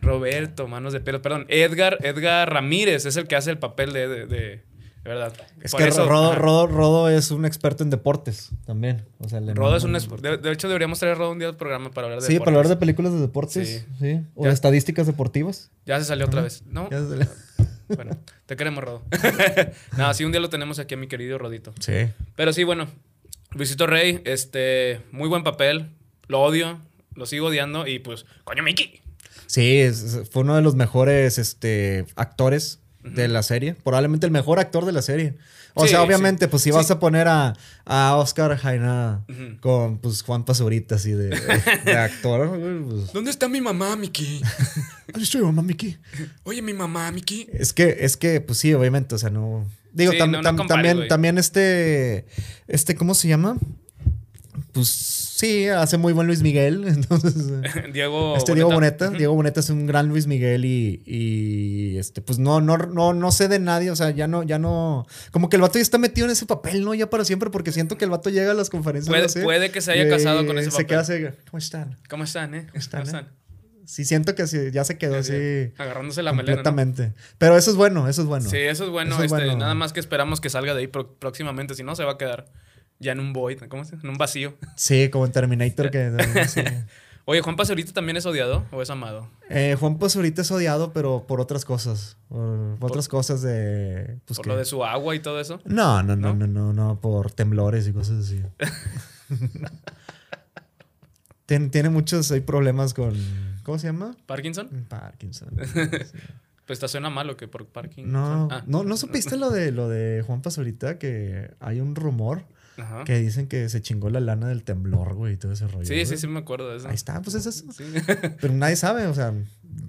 Speaker 4: Roberto Manos de Piedra. Perdón, Edgar, Edgar Ramírez es el que hace el papel de, de, de- de verdad.
Speaker 3: Es
Speaker 4: Por
Speaker 3: que
Speaker 4: eso,
Speaker 3: Rodo,
Speaker 4: ajá,
Speaker 3: Rodo, Rodo es un experto en deportes también. O sea, le
Speaker 4: Rodo es un...
Speaker 3: mama-
Speaker 4: es- De, de hecho, deberíamos traer a Rodo un día al programa para hablar de
Speaker 3: Sí, para hablar de
Speaker 4: deportes.
Speaker 3: películas de deportes. Sí.
Speaker 4: Sí.
Speaker 3: O
Speaker 4: Ya.
Speaker 3: de estadísticas deportivas.
Speaker 4: Ya se salió otra vez. No,
Speaker 3: Ya se le-
Speaker 4: bueno, te queremos, Rodo. [LAUGHS] Nada, sí, un día lo tenemos aquí a mi querido Rodito.
Speaker 3: Sí.
Speaker 4: Pero sí, bueno, Luisito Rey, este, muy buen papel, lo odio, lo sigo odiando y pues, [LAUGHS] coño Mickey.
Speaker 3: Sí, es- es- fue uno de los mejores este, actores de la serie. Probablemente el mejor actor de la serie. O
Speaker 4: Sí,
Speaker 3: sea, obviamente,
Speaker 4: sí.
Speaker 3: pues si
Speaker 4: Sí.
Speaker 3: vas a poner a, a Oscar Jaina
Speaker 4: Ujú.
Speaker 3: con pues, Juan Pazurita así
Speaker 4: [LAUGHS]
Speaker 3: de, de actor. pues,
Speaker 4: ¿Dónde está mi mamá, Mickey?
Speaker 3: [LAUGHS] "Ay, soy mamá Mickey".
Speaker 4: Oye, mi mamá, Mickey.
Speaker 3: Es que, es que, pues sí, obviamente, o sea, no. Digo,
Speaker 4: Sí,
Speaker 3: tam-
Speaker 4: no, no
Speaker 3: tam-
Speaker 4: compares,
Speaker 3: también,
Speaker 4: güey.
Speaker 3: también este. Este, ¿cómo se llama? Pues sí, hace muy buen Luis Miguel. [LAUGHS] Entonces. eh,
Speaker 4: Diego.
Speaker 3: Este Diego Boneta,
Speaker 4: Ujú.
Speaker 3: Diego Boneta es un gran Luis Miguel y, y, este, pues no, no, no, no sé de nadie, o sea, ya no, ya no, como que el vato ya está metido en ese papel, ¿no? Ya para siempre, porque siento que el vato llega a las conferencias.
Speaker 4: Puede-
Speaker 3: así,
Speaker 4: puede que se haya
Speaker 3: y
Speaker 4: casado con ese
Speaker 3: Eh, se
Speaker 4: papel.
Speaker 3: queda así, ¿cómo están?
Speaker 4: ¿Cómo están, eh?
Speaker 3: están,
Speaker 4: ¿Cómo
Speaker 3: eh? Sí, siento que sí, ya se quedó así.
Speaker 4: Agarrándose la melena. ¿no?
Speaker 3: completamente. Pero eso es bueno, eso es bueno.
Speaker 4: Sí, eso es bueno.
Speaker 3: Eso es
Speaker 4: este,
Speaker 3: bueno.
Speaker 4: Nada más que esperamos que salga de ahí pro- próximamente, si no, se va a quedar ya en un void, ¿cómo se dice? En un vacío.
Speaker 3: Sí, como en Terminator
Speaker 4: [LAUGHS]
Speaker 3: que... sí.
Speaker 4: Oye, Juan Pazurita también es odiado o es amado.
Speaker 3: Eh, Juan pues ahorita es odiado, pero por otras cosas. Por, otras cosas de... Pues,
Speaker 4: Por
Speaker 3: que-
Speaker 4: lo de su agua y todo eso.
Speaker 3: No, no, no, no,
Speaker 4: ¿No?
Speaker 3: no, no, por temblores y cosas
Speaker 4: [LAUGHS]
Speaker 3: así. Tien- tiene muchos hay problemas con. ¿Cómo se llama?
Speaker 4: ¿Parkinson?
Speaker 3: Parkinson.
Speaker 4: [LAUGHS] Pues está suena malo que por Parkinson.
Speaker 3: No,
Speaker 4: Ah.
Speaker 3: no, ¿no supiste lo de lo de Juan Pazurita que hay un rumor
Speaker 4: Ajá.
Speaker 3: que dicen que se chingó la lana del temblor, güey, y todo ese rollo.
Speaker 4: Ah. Sí,
Speaker 3: güey?
Speaker 4: sí, sí me acuerdo de eso.
Speaker 3: Ahí está, pues es eso.
Speaker 4: Sí. [LAUGHS]
Speaker 3: Pero nadie sabe, o sea,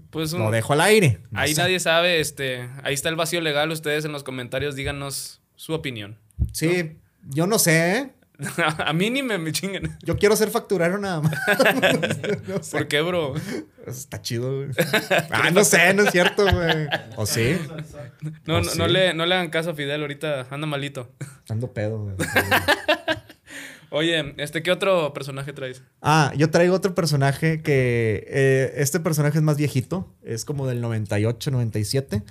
Speaker 4: Pues un-
Speaker 3: lo dejo al aire. No
Speaker 4: ahí
Speaker 3: sé.
Speaker 4: nadie sabe, este, ahí está el vacío legal, ustedes en los comentarios díganos su opinión. [LAUGHS]
Speaker 3: Sí, yo no sé, ¿eh?
Speaker 4: A mí ni me, me chingan.
Speaker 3: Yo quiero ser facturero nada más. [LAUGHS] No sé.
Speaker 4: ¿Por qué, bro?
Speaker 3: Está chido,
Speaker 4: [LAUGHS]
Speaker 3: güey. Ah, no sé, no es cierto, güey. ¿O sí?
Speaker 4: No,
Speaker 3: No
Speaker 4: no,
Speaker 3: sé.
Speaker 4: no le, no le hagan caso a Fidel ahorita, anda malito.
Speaker 3: Ando pedo, güey.
Speaker 4: Oye, este, ¿qué otro personaje traes?
Speaker 3: Ah, yo traigo otro personaje que... eh, este personaje es más viejito. Es como del 98, 97.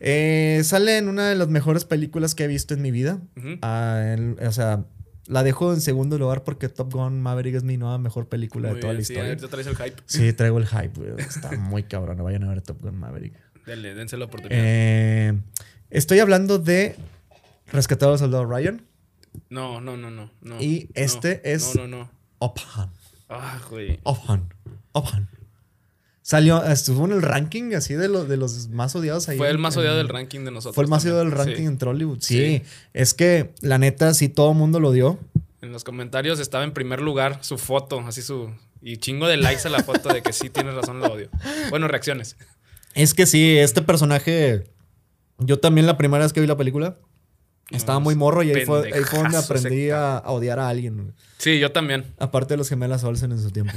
Speaker 3: Eh, sale en una de las mejores películas que he visto en mi vida.
Speaker 4: Ujú.
Speaker 3: Ah, en- o sea, la dejo en segundo lugar porque Top Gun Maverick es mi nueva mejor película
Speaker 4: Muy
Speaker 3: de toda
Speaker 4: bien,
Speaker 3: la
Speaker 4: sí,
Speaker 3: historia.
Speaker 4: ahorita traes el hype.
Speaker 3: Sí, traigo el hype, güey. Está muy cabrón. Vayan a ver Top Gun Maverick.
Speaker 4: Dale, dense la oportunidad.
Speaker 3: Eh, estoy hablando de Rescatado al Soldado Ryan.
Speaker 4: no, no, no, no, no.
Speaker 3: y este
Speaker 4: No,
Speaker 3: es-
Speaker 4: No, no, no.
Speaker 3: Ophan.
Speaker 4: Ah, güey.
Speaker 3: Ophan. Ophan. Salió, estuvo en el ranking así de, lo- de los más odiados ahí.
Speaker 4: Fue el más
Speaker 3: en-
Speaker 4: odiado del ranking de nosotros.
Speaker 3: Fue el más
Speaker 4: también.
Speaker 3: odiado del ranking
Speaker 4: Sí.
Speaker 3: en Trollywood. Sí,
Speaker 4: Sí.
Speaker 3: es que la neta, sí, todo el mundo lo dio.
Speaker 4: En los comentarios estaba en primer lugar su foto, así su. Y chingo de likes a la foto de que sí tienes razón, lo odio. Bueno, reacciones.
Speaker 3: Es que sí, este personaje Yo también la primera vez que vi la película estaba muy morro y ahí fue, ahí fue donde
Speaker 4: pendejazo
Speaker 3: aprendí a, a odiar a alguien. güey.
Speaker 4: Sí, yo también.
Speaker 3: Aparte de los gemelas Olsen en su tiempo.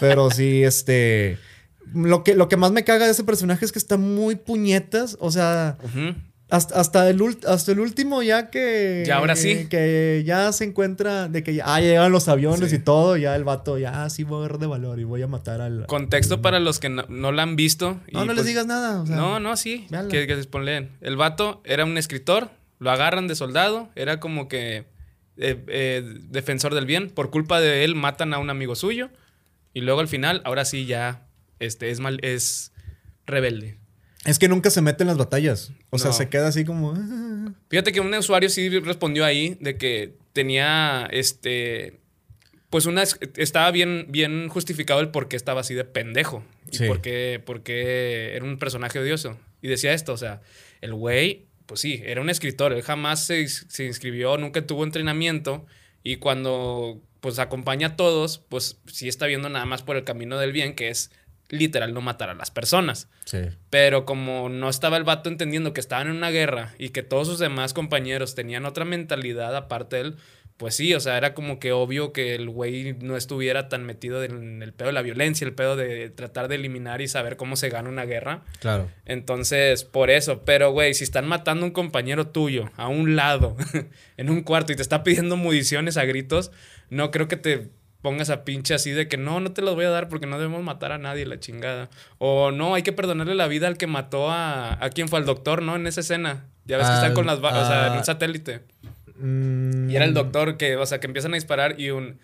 Speaker 3: Pero sí, este... Lo que, lo que más me caga de ese personaje es que está muy puñetas. O sea,
Speaker 4: Ujú.
Speaker 3: hasta, hasta, el, ult- hasta el último ya que...
Speaker 4: Ya, ahora sí.
Speaker 3: Que ya se encuentra de que ya ah, ya llegan los aviones
Speaker 4: Sí.
Speaker 3: y todo. Ya el vato, ya ah, sí voy a ver de valor y voy a matar al...
Speaker 4: Contexto para los que no, no la han visto. y
Speaker 3: no, no les
Speaker 4: pues-
Speaker 3: digas nada. o sea,
Speaker 4: no, no, sí.
Speaker 3: véanla.
Speaker 4: Que, que les ponle. El vato era un escritor, lo agarran de soldado, era como que eh, eh, defensor del bien. Por culpa de él matan a un amigo suyo. Y luego al final, ahora sí ya este, es, mal, es rebelde.
Speaker 3: Es que nunca se mete en las batallas. O sea,
Speaker 4: No.
Speaker 3: se queda así como... [LAUGHS] "Ah".
Speaker 4: Fíjate que un usuario sí respondió ahí de que tenía este. Pues una. Estaba bien, bien justificado el por qué estaba así de pendejo. Y
Speaker 3: Sí.
Speaker 4: por, qué, por qué era un personaje odioso. Y decía esto: o sea, el güey, pues sí, era un escritor. Él jamás se, is- se inscribió, nunca tuvo entrenamiento. Y cuando pues acompaña a todos, pues sí está viendo nada más por el camino del bien, que es literal no matar a las personas.
Speaker 3: Sí.
Speaker 4: Pero como no estaba el vato entendiendo que estaban en una guerra y que todos sus demás compañeros tenían otra mentalidad aparte de él, pues sí, o sea, era como que obvio que el güey no estuviera tan metido en el pedo de la violencia, el pedo de tratar de eliminar y saber cómo se gana una guerra.
Speaker 3: Claro.
Speaker 4: Entonces, por eso, pero güey, si están matando a un compañero tuyo a un lado, [LAUGHS] en un cuarto, y te está pidiendo municiones a gritos, no creo que te pongas a pinche así de que no, no te las voy a dar porque no debemos matar a nadie, la chingada. O no, hay que perdonarle la vida al que mató a. ¿A quién fue? Al doctor, ¿no? En esa escena. Ya ves que están
Speaker 3: Al-
Speaker 4: con las. ba- O sea, en
Speaker 3: a-
Speaker 4: un satélite.
Speaker 3: Mm.
Speaker 4: Y era el doctor que, o sea, que empiezan a disparar y un.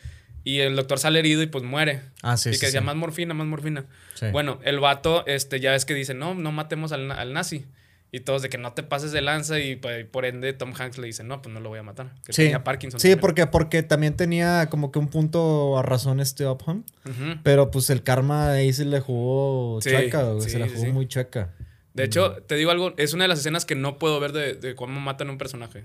Speaker 4: Y el doctor sale herido y pues muere.
Speaker 3: Ah, sí,
Speaker 4: Y
Speaker 3: sí, sí.
Speaker 4: que decía más morfina, más morfina.
Speaker 3: Sí.
Speaker 4: Bueno, el vato, este, ya ves que dice, no, no matemos al, na- al nazi. Y todos de que no te pases de lanza y pa- y por ende Tom Hanks le dice, no, pues no lo voy a matar. Que
Speaker 3: Sí,
Speaker 4: tenía Parkinson.
Speaker 3: sí
Speaker 4: también.
Speaker 3: porque, porque también tenía como que un punto a razón este Upham.
Speaker 4: Ujú.
Speaker 3: Pero pues el karma ahí se le jugó
Speaker 4: Sí,
Speaker 3: chueca, güey,
Speaker 4: sí,
Speaker 3: se la
Speaker 4: sí,
Speaker 3: jugó
Speaker 4: sí. Ah,
Speaker 3: muy chueca.
Speaker 4: De hecho,
Speaker 3: Mm.
Speaker 4: te digo algo, es una de las escenas que no puedo ver de, de cómo matan a un personaje.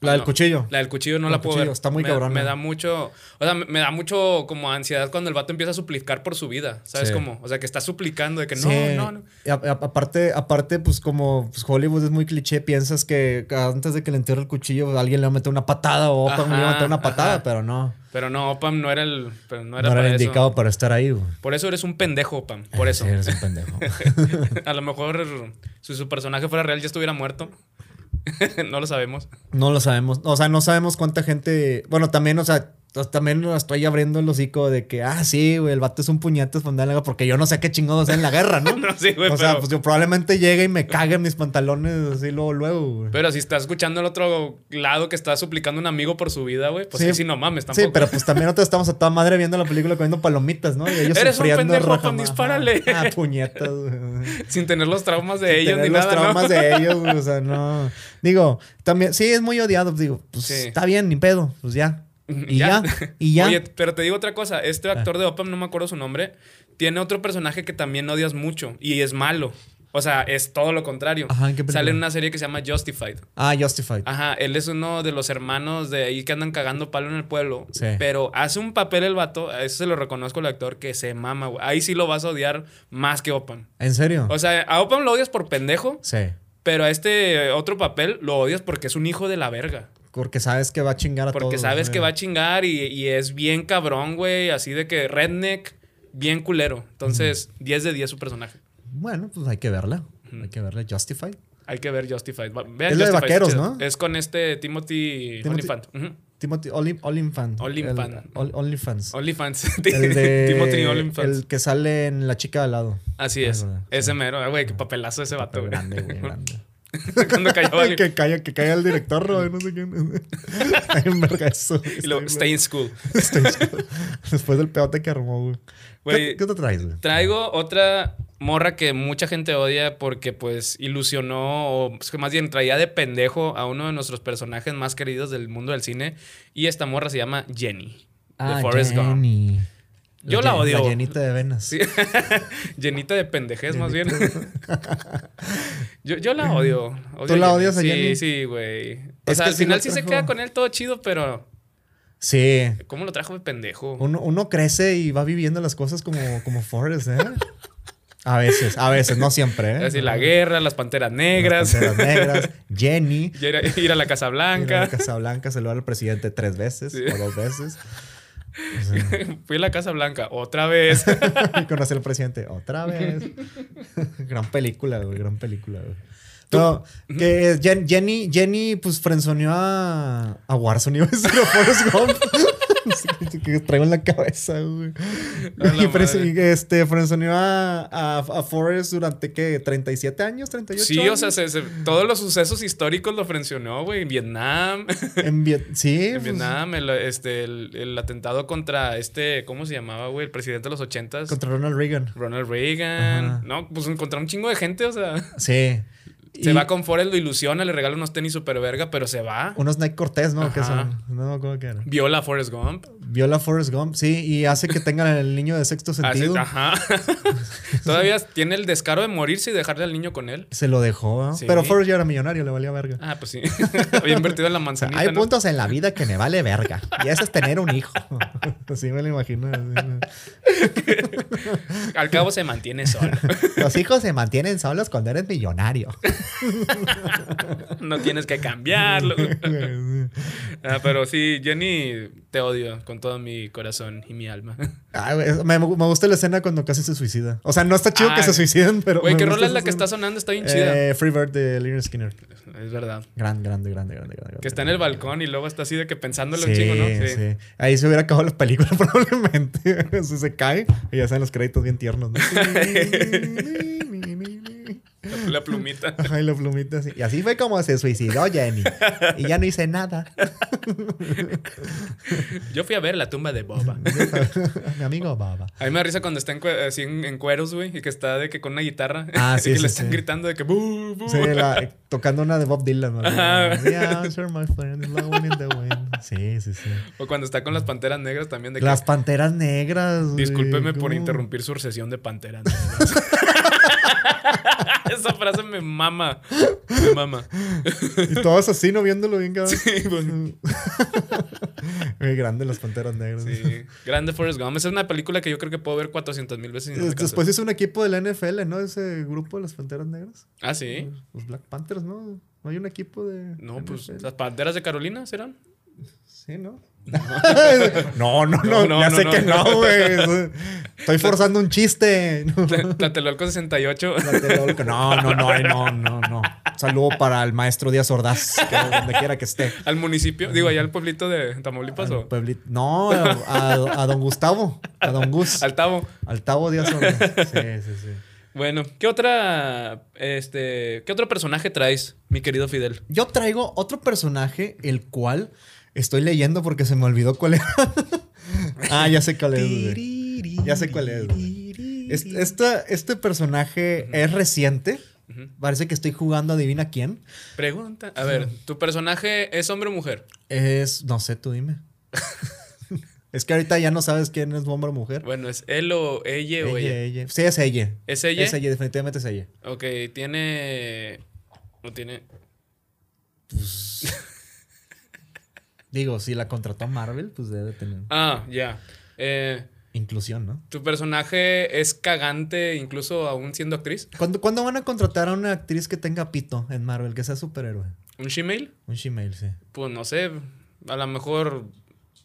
Speaker 3: La del
Speaker 4: No,
Speaker 3: cuchillo.
Speaker 4: La del cuchillo no
Speaker 3: La
Speaker 4: la puedo
Speaker 3: cuchillo,
Speaker 4: ver.
Speaker 3: está muy
Speaker 4: me,
Speaker 3: cabrona.
Speaker 4: Me da mucho, o sea, me, me da mucho como ansiedad cuando el vato empieza a suplicar por su vida, ¿sabes
Speaker 3: Sí.
Speaker 4: cómo? O sea, que está suplicando de que
Speaker 3: Sí.
Speaker 4: no, no, no.
Speaker 3: Y a- a- aparte, aparte, pues como pues, Hollywood es muy cliché, piensas que antes de que le entierre el cuchillo, alguien le va a meter una patada o Upham le va a meter
Speaker 4: Ajá,
Speaker 3: una patada,
Speaker 4: ajá.
Speaker 3: pero no.
Speaker 4: Pero no, Opam no era el, pero no
Speaker 3: No
Speaker 4: era
Speaker 3: era,
Speaker 4: para
Speaker 3: el
Speaker 4: eso.
Speaker 3: indicado para estar ahí, güey.
Speaker 4: Por eso eres un pendejo, Opam. Por
Speaker 3: Ah,
Speaker 4: eso.
Speaker 3: sí, eres un
Speaker 4: [LAUGHS]
Speaker 3: pendejo.
Speaker 4: A lo mejor si su personaje fuera real ya estuviera muerto. [LAUGHS] no lo sabemos.
Speaker 3: No lo sabemos. O sea, no sabemos cuánta gente. Bueno, también, o sea, t- también lo estoy abriendo el hocico de que, ah, sí, güey, el vato es un puñetazo fandálago porque yo no sé qué chingados es en la guerra, ¿no?
Speaker 4: [LAUGHS] No, sí, güey,
Speaker 3: o sea,
Speaker 4: pero-
Speaker 3: pues yo probablemente llegue y me cague en mis pantalones así luego, luego, güey.
Speaker 4: Pero si está escuchando el otro lado que está suplicando un amigo por su vida, güey, pues
Speaker 3: Sí.
Speaker 4: sí, sí, no mames tampoco.
Speaker 3: Sí, pero pues también nosotros estamos a toda madre viendo la película comiendo palomitas, ¿no? Y ellos
Speaker 4: Eres un
Speaker 3: sufriendo.
Speaker 4: pendejo,
Speaker 3: raja,
Speaker 4: Juan,
Speaker 3: ma-
Speaker 4: dispárale.
Speaker 3: [LAUGHS] Ah, puñetas,
Speaker 4: [LAUGHS]
Speaker 3: güey.
Speaker 4: [LAUGHS] Sin tener los traumas de ellos
Speaker 3: tener
Speaker 4: ni
Speaker 3: los
Speaker 4: nada,
Speaker 3: traumas
Speaker 4: [LAUGHS] ¿no?
Speaker 3: de ellos, güey, o sea, no. Digo, también, sí, es muy odiado. Digo, pues
Speaker 4: Sí.
Speaker 3: está bien, ni pedo, pues ya. Y ya, y ya.
Speaker 4: [LAUGHS]
Speaker 3: Ah.
Speaker 4: Oye, pero te digo otra cosa. Este actor de Opam, no me acuerdo su nombre, tiene otro personaje que también odias mucho y es malo. O sea, es todo lo contrario.
Speaker 3: Ajá, ¿en qué película?
Speaker 4: Sale en una serie que se llama Justified.
Speaker 3: Ah, Justified.
Speaker 4: Ajá, él es uno de los hermanos de ahí que andan cagando palo en el pueblo.
Speaker 3: Sí.
Speaker 4: Pero hace un papel el vato, a eso se lo reconozco al actor, que se mama, güey. Ahí sí lo vas a odiar más que Opan.
Speaker 3: ¿En serio?
Speaker 4: O sea, a Opan lo odias por pendejo,
Speaker 3: sí.
Speaker 4: pero a este eh, otro papel lo odias porque es un hijo de la verga.
Speaker 3: Porque sabes que va a chingar a todos.
Speaker 4: Porque sabes
Speaker 3: güey.
Speaker 4: que va a chingar y, y es bien cabrón, güey. Así de que redneck, bien culero. Entonces, 10 de 10 su personaje.
Speaker 3: Bueno, pues hay que verla. Hay que verla. Justified.
Speaker 4: Hay que ver Justified. Va- vean
Speaker 3: Es la de
Speaker 4: Justified, está
Speaker 3: vaqueros,
Speaker 4: chido.
Speaker 3: ¿no?
Speaker 4: Es con este Timothy,
Speaker 3: Timothy-
Speaker 4: Olyphant. Ujú.
Speaker 3: Timothy Olim- Olyphant.
Speaker 4: Olyphant.
Speaker 3: El- Ol- Olyphants.
Speaker 4: [LAUGHS] OnlyFans.
Speaker 3: El de.
Speaker 4: Timothy OnlyFans.
Speaker 3: El que sale en La chica de al lado.
Speaker 4: Así
Speaker 3: Ah,
Speaker 4: es.
Speaker 3: verdad,
Speaker 4: Ese
Speaker 3: sí.
Speaker 4: mero. Ah, Güey, qué papelazo ese vato, güey. Ah,
Speaker 3: Grande, güey, grande.
Speaker 4: [LAUGHS] Cuando cayó
Speaker 3: [LAUGHS] Ay,
Speaker 4: Oli-
Speaker 3: que caiga, que caiga el director,
Speaker 4: [LAUGHS]
Speaker 3: güey, no sé quién. [LAUGHS] Ay, en verga eso. este güey,
Speaker 4: Y luego,
Speaker 3: está [LAUGHS]
Speaker 4: stay
Speaker 3: bien,
Speaker 4: in school.
Speaker 3: güey. Stay chido. Después del peote que armó, güey. ¿Qué,
Speaker 4: Güey.
Speaker 3: ¿Qué te traes, güey?
Speaker 4: Traigo otra morra que mucha gente odia porque, pues, ilusionó o pues, que más bien traía de pendejo a uno de nuestros personajes más queridos del mundo del cine. Y esta morra se llama Jenny. de Forrest Gump.
Speaker 3: Ah, Jenny.
Speaker 4: Yo la
Speaker 3: Jen-
Speaker 4: odio.
Speaker 3: La llenita de venas.
Speaker 4: Sí. Llenita de pendejez, más bien.
Speaker 3: [LAUGHS]
Speaker 4: yo, yo la odio. Odio
Speaker 3: ¿Tú la odias a Jenny?
Speaker 4: Sí, sí, güey. O
Speaker 3: Es
Speaker 4: sea,
Speaker 3: que
Speaker 4: al
Speaker 3: sí lo
Speaker 4: final sí se
Speaker 3: trajo.
Speaker 4: queda con él todo chido, pero
Speaker 3: Sí.
Speaker 4: ¿cómo lo trajo de pendejo?
Speaker 3: Uno, uno crece y va viviendo las cosas como, como Forrest, ¿eh? A veces, a veces, no siempre.
Speaker 4: Es
Speaker 3: ¿eh?
Speaker 4: decir, la guerra, las panteras negras, [LAUGHS]
Speaker 3: Las Panteras negras, Jenny.
Speaker 4: ir a, ir a la Casa
Speaker 3: Ir a la
Speaker 4: Blanca.
Speaker 3: Casa Blanca, saludar al presidente tres veces
Speaker 4: Sí.
Speaker 3: o dos veces.
Speaker 4: [LAUGHS] Fui a la Casa Blanca
Speaker 3: [LAUGHS]
Speaker 4: otra vez.
Speaker 3: Y conocer al presidente otra
Speaker 4: [LAUGHS]
Speaker 3: vez. gran película, güey, gran película, güey.
Speaker 4: Tú-
Speaker 3: No, que eh, Jen- Jenny, Jenny, pues frenzoneó a, a Warzone, iba a decir a Forrest Gump. [LAUGHS] Sí, que traigo en la cabeza, güey.
Speaker 4: A la
Speaker 3: Y frenzo-
Speaker 4: madre.
Speaker 3: y, este, frenzoneó a, a, a Forrest durante, ¿qué? ¿37 años? ¿38
Speaker 4: Sí, o sea,
Speaker 3: años?
Speaker 4: se- se- todos los sucesos históricos lo frencionó, güey. En Vietnam, [LAUGHS]
Speaker 3: En Viet- sí,
Speaker 4: en
Speaker 3: pues,
Speaker 4: Vietnam, el, este, el, el atentado contra este, ¿cómo se llamaba, güey? El presidente de los ochentas.
Speaker 3: Contra Ronald Reagan.
Speaker 4: Ronald Reagan.
Speaker 3: Ajá.
Speaker 4: No, pues encontró un chingo de gente, o sea.
Speaker 3: Sí.
Speaker 4: Se
Speaker 3: Y
Speaker 4: va con Forrest, lo ilusiona, le regala unos tenis super verga, pero se va.
Speaker 3: Unos Nike Cortés, ¿no? Que
Speaker 4: Ajá.
Speaker 3: son, no me acuerdo qué era.
Speaker 4: Viola a Forrest Gump.
Speaker 3: Viola a Forrest Gump, sí, y hace que tengan el niño de
Speaker 4: [LAUGHS]
Speaker 3: sexto
Speaker 4: Hace-
Speaker 3: sentido.
Speaker 4: Ah,
Speaker 3: [LAUGHS]
Speaker 4: ajá. Todavía tiene el descaro de morirse y dejarle al niño con él.
Speaker 3: Se lo dejó, ¿no?
Speaker 4: Sí.
Speaker 3: Pero Forrest ya era millonario, le valía verga.
Speaker 4: Ah, pues sí. [LAUGHS] Había invertido en la
Speaker 3: O sea,
Speaker 4: manzanita.
Speaker 3: hay
Speaker 4: ¿no?
Speaker 3: puntos en la vida que me vale verga. Y ese es tener un
Speaker 4: [LAUGHS]
Speaker 3: hijo. Así me lo imagino. así, ¿no?
Speaker 4: Al cabo se mantiene solo. [LAUGHS]
Speaker 3: Los hijos se mantienen solos cuando eres millonario. [LAUGHS]
Speaker 4: No tienes que cambiarlo. Ah, pero sí, Jenny, te odio con todo mi corazón y mi alma.
Speaker 3: Ah, güey, es- me, me gusta la escena cuando casi se suicida. O sea, no está chido
Speaker 4: Ah,
Speaker 3: que se suiciden, pero.
Speaker 4: Güey,
Speaker 3: me
Speaker 4: ¿qué
Speaker 3: gusta
Speaker 4: rola es
Speaker 3: esa
Speaker 4: la que
Speaker 3: escena.
Speaker 4: está sonando? Está bien chida.
Speaker 3: Eh, Free Bird de Leonard Skinner.
Speaker 4: Es verdad.
Speaker 3: Gran, grande, grande, grande, grande.
Speaker 4: Que está en el balcón y luego está así de que pensándolo
Speaker 3: Sí,
Speaker 4: un chingo, ¿no?
Speaker 3: sí. Ahí se hubiera acabado la película [LAUGHS] probablemente. [LAUGHS] si se cae y ya salen los créditos bien tiernos.
Speaker 4: [LAUGHS]
Speaker 3: ¿no?
Speaker 4: La- La plumita. [LAUGHS]
Speaker 3: Ajá, y la plumita así. Y así fue como se suicidó Jenny. Y ya no hice nada.
Speaker 4: Yo fui a ver la tumba de Boba.
Speaker 3: Mi amigo Baba.
Speaker 4: A mí me da risa cuando está en, cue- así en, en cueros, güey, y que está de que con una guitarra.
Speaker 3: Ah, sí,
Speaker 4: [LAUGHS] y que
Speaker 3: sí,
Speaker 4: le están
Speaker 3: sí.
Speaker 4: gritando de que. "Bú, bú".
Speaker 3: Sí, la- tocando una de Bob Dylan. ¿no?
Speaker 4: Ajá.
Speaker 3: Yeah, I'm sure my friend is blowing in the wind. Sí, sí, sí.
Speaker 4: O cuando está con las panteras negras también de que.
Speaker 3: Las panteras negras. güey.
Speaker 4: Discúlpeme por
Speaker 3: ¿Cómo?
Speaker 4: interrumpir su sesión de panteras negras. [LAUGHS] Esa frase me mama. Me mama.
Speaker 3: Y todos así, no viéndolo bien, cabrón.
Speaker 4: Sí,
Speaker 3: [LAUGHS]
Speaker 4: pues. güey.
Speaker 3: Muy grande las panteras negras.
Speaker 4: Sí. Grande Forrest Gump. Esa es una película que yo creo que puedo ver 400 mil veces. Y no me canso.
Speaker 3: Este, Después hizo un equipo de la NFL, ¿no? Ese grupo de las Panteras Negras. Eh,
Speaker 4: Ah, sí.
Speaker 3: Los- Los Black Panthers, ¿no? No hay un equipo de.
Speaker 4: No, pues
Speaker 3: NFL.
Speaker 4: las panteras de Carolina serán.
Speaker 3: Sí, ¿no? [LAUGHS] No, no, no,
Speaker 4: No, no,
Speaker 3: ya
Speaker 4: no,
Speaker 3: sé
Speaker 4: no.
Speaker 3: que no, güey.
Speaker 4: [LAUGHS]
Speaker 3: Estoy forzando un chiste. No,
Speaker 4: Tlatelolco 68.
Speaker 3: no, no, no, ay, no, no, no. Saludo para el maestro Díaz Ordaz, que donde quiera que esté.
Speaker 4: [LAUGHS] Al municipio, digo, allá al pueblito de Tamaulipas
Speaker 3: Al
Speaker 4: o
Speaker 3: puebli- No, a, a don Gustavo, a don Gus,
Speaker 4: al Tabo.
Speaker 3: al Tavo Díaz Ordaz. Sí, sí, sí.
Speaker 4: Bueno, ¿qué otra este qué otro personaje traes, mi querido Fidel?
Speaker 3: Yo traigo otro personaje, el cual estoy leyendo porque se me olvidó cuál era. [LAUGHS] ah, ya sé cuál es. güey. Ya sé cuál es, Es- esta- este personaje es reciente.
Speaker 4: Ujú.
Speaker 3: Parece que estoy jugando adivina quién.
Speaker 4: Pregunta. A ver, ¿tu personaje es hombre o mujer?
Speaker 3: Es, no sé, tú
Speaker 4: [LAUGHS]
Speaker 3: dime. es que ahorita ya no sabes quién es hombre o mujer.
Speaker 4: Bueno, ¿es él o ella o
Speaker 3: ella,
Speaker 4: ella?
Speaker 3: ella. Sí, es ella.
Speaker 4: ¿Es ella?
Speaker 3: Es ella, definitivamente es ella.
Speaker 4: Ok, tiene. No tiene.
Speaker 3: Digo, si la contrató Marvel, pues debe tener
Speaker 4: Ah, ya. Eh,
Speaker 3: inclusión, ¿no?
Speaker 4: ¿Tu personaje es cagante incluso aún siendo actriz?
Speaker 3: ¿Cuándo, cuándo van a contratar a una actriz que tenga pito en Marvel, que sea superhéroe?
Speaker 4: ¿Un shemale?
Speaker 3: Un shemale, sí.
Speaker 4: Pues no sé. A lo mejor.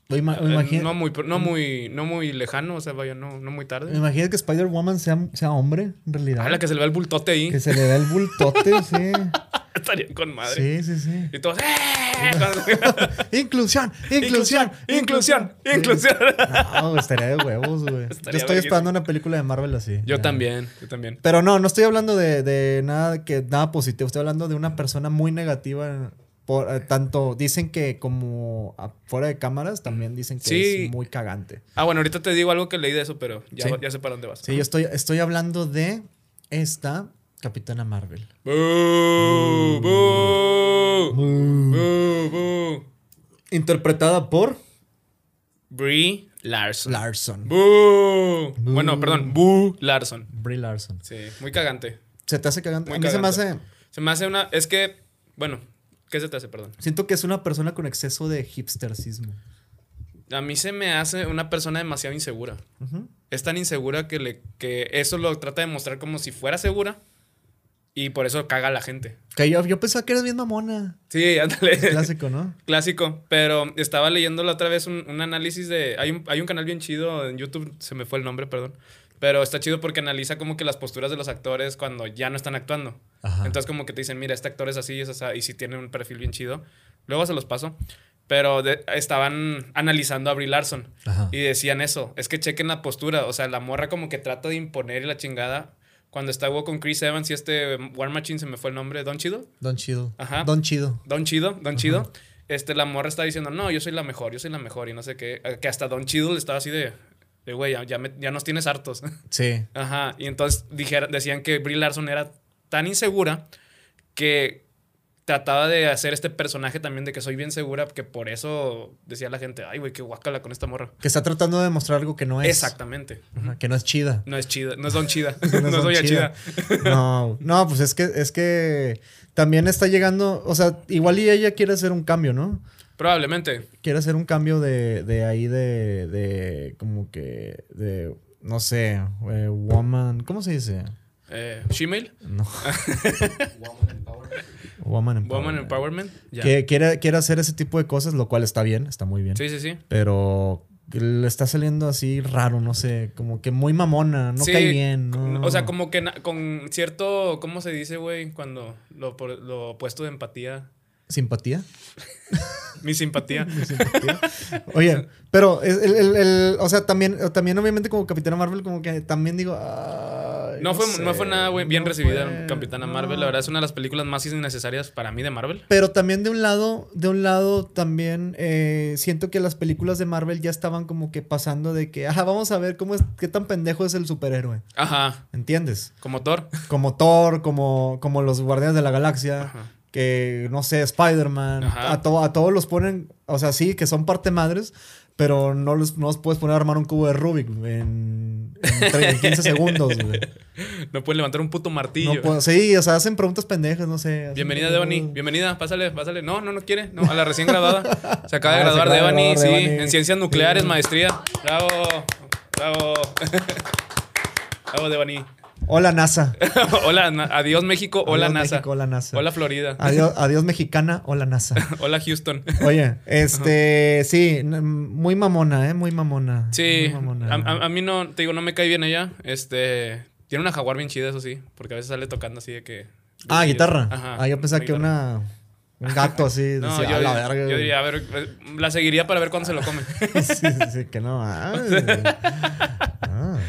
Speaker 3: O ima- o
Speaker 4: eh,
Speaker 3: imagina-
Speaker 4: No muy, pro- no muy, no muy lejano, o sea, vaya, no, no muy tarde.
Speaker 3: Imagina que Spider-Woman sea, sea hombre, en realidad.
Speaker 4: Ah, la que se le va el bultote ahí.
Speaker 3: Que se le da el bultote, sí.
Speaker 4: [LAUGHS] Estaría con
Speaker 3: Sí,
Speaker 4: madre.
Speaker 3: sí,
Speaker 4: [LAUGHS]
Speaker 3: sí.
Speaker 4: Y todos. ¡eh! [LAUGHS] Cuando-
Speaker 3: Inclusión,
Speaker 4: Inclusión,
Speaker 3: inclusión,
Speaker 4: inclusión, inclusión.
Speaker 3: No, güey, estaría de huevos, güey. Yo
Speaker 4: [LAUGHS] Estaría
Speaker 3: estoy
Speaker 4: verguísima.
Speaker 3: esperando una película de Marvel así.
Speaker 4: Yo
Speaker 3: Ya.
Speaker 4: también, yo también.
Speaker 3: Pero no, no estoy hablando de, de nada que nada positivo. Estoy hablando de una persona muy negativa. Por, eh, tanto dicen que como afuera de cámaras también dicen que
Speaker 4: Sí.
Speaker 3: es muy cagante.
Speaker 4: Ah, bueno, ahorita te digo algo que leí de eso, pero ya,
Speaker 3: Sí.
Speaker 4: ya sé para dónde vas.
Speaker 3: Sí, yo estoy, estoy hablando de esta Capitana Marvel.
Speaker 4: Boo, boo, boo, boo.
Speaker 3: Interpretada por
Speaker 4: Brie Larson.
Speaker 3: Larson.
Speaker 4: Boo. Bueno, perdón, Boo Larson.
Speaker 3: Brie Larson.
Speaker 4: Sí, muy cagante.
Speaker 3: ¿Se te hace cagante?
Speaker 4: Muy
Speaker 3: a mí se me
Speaker 4: cagante.
Speaker 3: hace...
Speaker 4: Se me hace una. Es que, bueno, ¿qué se te hace, perdón?
Speaker 3: Siento que es una persona con exceso de hipstercismo.
Speaker 4: A mí se me hace una persona demasiado insegura.
Speaker 3: Ujú.
Speaker 4: es tan insegura que, le, que eso lo trata de mostrar como si fuera segura y por eso caga a la gente.
Speaker 3: Que yo, yo pensaba que eras bien
Speaker 4: [LAUGHS]
Speaker 3: mamona.
Speaker 4: Sí, ándale.
Speaker 3: Es clásico, ¿no?
Speaker 4: Clásico, pero estaba leyendo la otra vez un, un análisis de... Hay un, hay un canal bien chido en YouTube, se me fue el nombre, perdón. Pero está chido porque analiza como que las posturas de los actores cuando ya no están actuando.
Speaker 3: Ajá.
Speaker 4: Entonces como que te dicen, mira, este actor es así, es así, y si tiene un perfil bien chido. Luego se los paso. Pero de- estaban analizando a Brie Larson
Speaker 3: Ajá.
Speaker 4: y decían eso. Es que chequen la postura. O sea, la morra como que trata de imponer y la chingada. Cuando estuvo con Chris Evans y este War Machine, se me fue el nombre, Don Chido.
Speaker 3: Don Chido.
Speaker 4: Ajá.
Speaker 3: Don Chido.
Speaker 4: Don Chido, Don Chido. Este, la morra está diciendo, no, yo soy la mejor, yo soy la mejor y no sé qué. eh, Que hasta Don Chido le estaba así de, de güey, ya, ya me- ya nos tienes hartos. [LAUGHS]
Speaker 3: Sí.
Speaker 4: Ajá. Y entonces dijera- decían que Brie Larson era tan insegura que trataba de hacer este personaje también de que soy bien segura, que por eso decía la gente, ay, güey, qué guacala con esta morra.
Speaker 3: Que está tratando de demostrar algo que no es.
Speaker 4: Exactamente.
Speaker 3: Ajá, que no es
Speaker 4: [LAUGHS]
Speaker 3: chida.
Speaker 4: No es chida, no es Don Chida,
Speaker 3: Que
Speaker 4: [LAUGHS] no,
Speaker 3: son
Speaker 4: soy chida.
Speaker 3: chidas. No, no, pues es que, es que también está llegando, o sea, igual y ella quiere hacer un cambio, ¿no?
Speaker 4: Probablemente.
Speaker 3: Quiere hacer un cambio de, de ahí de, de, como que, de, no sé, eh, woman, ¿cómo se dice?
Speaker 4: Eh, Shemale, [LAUGHS]
Speaker 3: No. woman empowerment.
Speaker 4: Woman Empowerment. Ya.
Speaker 3: Que quiere, quiere hacer ese tipo de cosas, lo cual está bien, está muy bien.
Speaker 4: Sí, sí, sí.
Speaker 3: Pero le está saliendo así raro, no sé, como que muy mamona, no
Speaker 4: Sí,
Speaker 3: cae bien. no.
Speaker 4: O sea, como que na- con cierto, ¿cómo se dice, güey? Cuando lo, por- lo opuesto de empatía,
Speaker 3: ¿Simpatía? [LAUGHS]
Speaker 4: mi simpatía.
Speaker 3: simpatía.
Speaker 4: [LAUGHS]
Speaker 3: Oye, pero es- el, el- el- o sea, también, también obviamente como Capitana Marvel, como que también digo. ay,
Speaker 4: No fue,
Speaker 3: sé,
Speaker 4: no fue nada güey, bien
Speaker 3: no
Speaker 4: recibida
Speaker 3: fue,
Speaker 4: Capitana
Speaker 3: no.
Speaker 4: Marvel. La verdad es una de las películas más innecesarias para mí de Marvel.
Speaker 3: Pero también de un lado, de un lado también eh, siento que las películas de Marvel ya estaban como que pasando de que, ah, vamos a ver cómo es, qué tan pendejo es el superhéroe.
Speaker 4: Ajá,
Speaker 3: ¿Entiendes?
Speaker 4: como Thor. [LAUGHS]
Speaker 3: Como Thor, como, como los Guardianes de la Galaxia.
Speaker 4: Ajá.
Speaker 3: que no sé, Spider-Man,
Speaker 4: Ajá.
Speaker 3: a, to- a todos los ponen, o sea, sí, que son parte madres, pero no los, no los puedes poner a armar un cubo de Rubik en, en tre- en 15 segundos,
Speaker 4: [LAUGHS]
Speaker 3: güey.
Speaker 4: No puede levantar un puto martillo.
Speaker 3: No puedo- sí, o sea, hacen preguntas pendejas, no sé. hacen
Speaker 4: Bienvenida,
Speaker 3: preguntas-
Speaker 4: Devani. Bienvenida, pásale, pásale. No, no, no quiere. No, a la recién graduada. Se acaba
Speaker 3: [LAUGHS]
Speaker 4: de
Speaker 3: Ah, se
Speaker 4: graduar
Speaker 3: acaba de
Speaker 4: Devani, sí.
Speaker 3: graduar Devani.
Speaker 4: En ciencias nucleares, maestría. Bravo, bravo. [LAUGHS] Bravo, Devani. [LAUGHS]
Speaker 3: Hola, NASA.
Speaker 4: hola, na- adiós México, hola
Speaker 3: Adiós,
Speaker 4: NASA.
Speaker 3: México, hola, NASA.
Speaker 4: Hola Florida.
Speaker 3: Adiós, adiós, mexicana. Hola, NASA.
Speaker 4: [LAUGHS] Hola Houston. [LAUGHS]
Speaker 3: Oye, este, sí, n- muy mamona, ¿eh? Muy mamona.
Speaker 4: Sí,
Speaker 3: Muy
Speaker 4: a, a- a mí no, te digo, no me cae bien ella. Este, tiene una jaguar bien chida, eso sí, porque a veces sale tocando así de que.
Speaker 3: ah,
Speaker 4: de-
Speaker 3: guitarra.
Speaker 4: Ajá,
Speaker 3: ah, yo pensaba que
Speaker 4: guitarra.
Speaker 3: una, un gato así.
Speaker 4: [LAUGHS] No,
Speaker 3: decía,
Speaker 4: yo,
Speaker 3: "A la verga,
Speaker 4: yo
Speaker 3: güey".
Speaker 4: diría, a ver, eh, la seguiría para ver cuándo se lo come.
Speaker 3: [LAUGHS] sí, sí, sí, que no. ah,
Speaker 4: [LAUGHS]
Speaker 3: ah.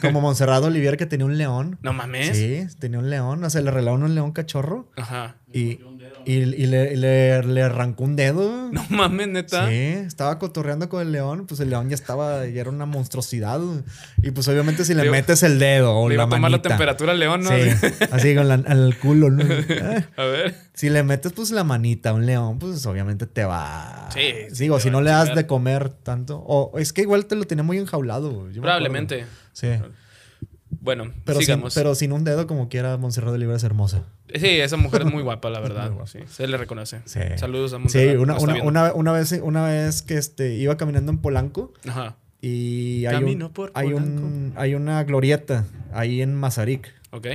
Speaker 3: Como Monserrat Olivier que tenía un león.
Speaker 4: no mames.
Speaker 3: Sí, tenía un león. O sea, le regalaron un león cachorro
Speaker 4: Ajá.
Speaker 3: y, y, y le, y le- le arrancó un dedo.
Speaker 4: No mames, neta.
Speaker 3: Sí, estaba cotorreando con el león, pues el león ya estaba, ya era una monstruosidad. Y pues obviamente si le
Speaker 4: Le iba-
Speaker 3: metes el dedo o
Speaker 4: Le iba
Speaker 3: la
Speaker 4: a tomar la
Speaker 3: manita.
Speaker 4: temperatura al león, ¿no?
Speaker 3: Sí, así con la- al culo. ¿no? Eh,
Speaker 4: [LAUGHS] a ver.
Speaker 3: Si le metes pues la manita a un león, pues obviamente te va.
Speaker 4: Sí, sí,
Speaker 3: Digo,
Speaker 4: te
Speaker 3: si
Speaker 4: va
Speaker 3: no
Speaker 4: a
Speaker 3: le das
Speaker 4: chingar.
Speaker 3: de comer tanto. O es que igual te lo tenía muy enjaulado. yo me acuerdo.
Speaker 4: Probablemente.
Speaker 3: Sí.
Speaker 4: Bueno,
Speaker 3: Pero sin,
Speaker 4: sigamos.
Speaker 3: pero sin un dedo, como quiera, Montserrat de Libre es hermosa.
Speaker 4: Sí, esa mujer es muy guapa, la verdad.
Speaker 3: muy guapa.
Speaker 4: Sí, se le reconoce.
Speaker 3: Sí.
Speaker 4: Saludos a
Speaker 3: Sí,
Speaker 4: Montserrat,
Speaker 3: una,
Speaker 4: nos está
Speaker 3: una,
Speaker 4: viendo.
Speaker 3: una, una vez, una vez que este, iba caminando en Polanco
Speaker 4: Ajá.
Speaker 3: y hay, un-
Speaker 4: Camino por
Speaker 3: hay, un,
Speaker 4: Polanco.
Speaker 3: hay una glorieta ahí en Mazarik.
Speaker 4: Ok.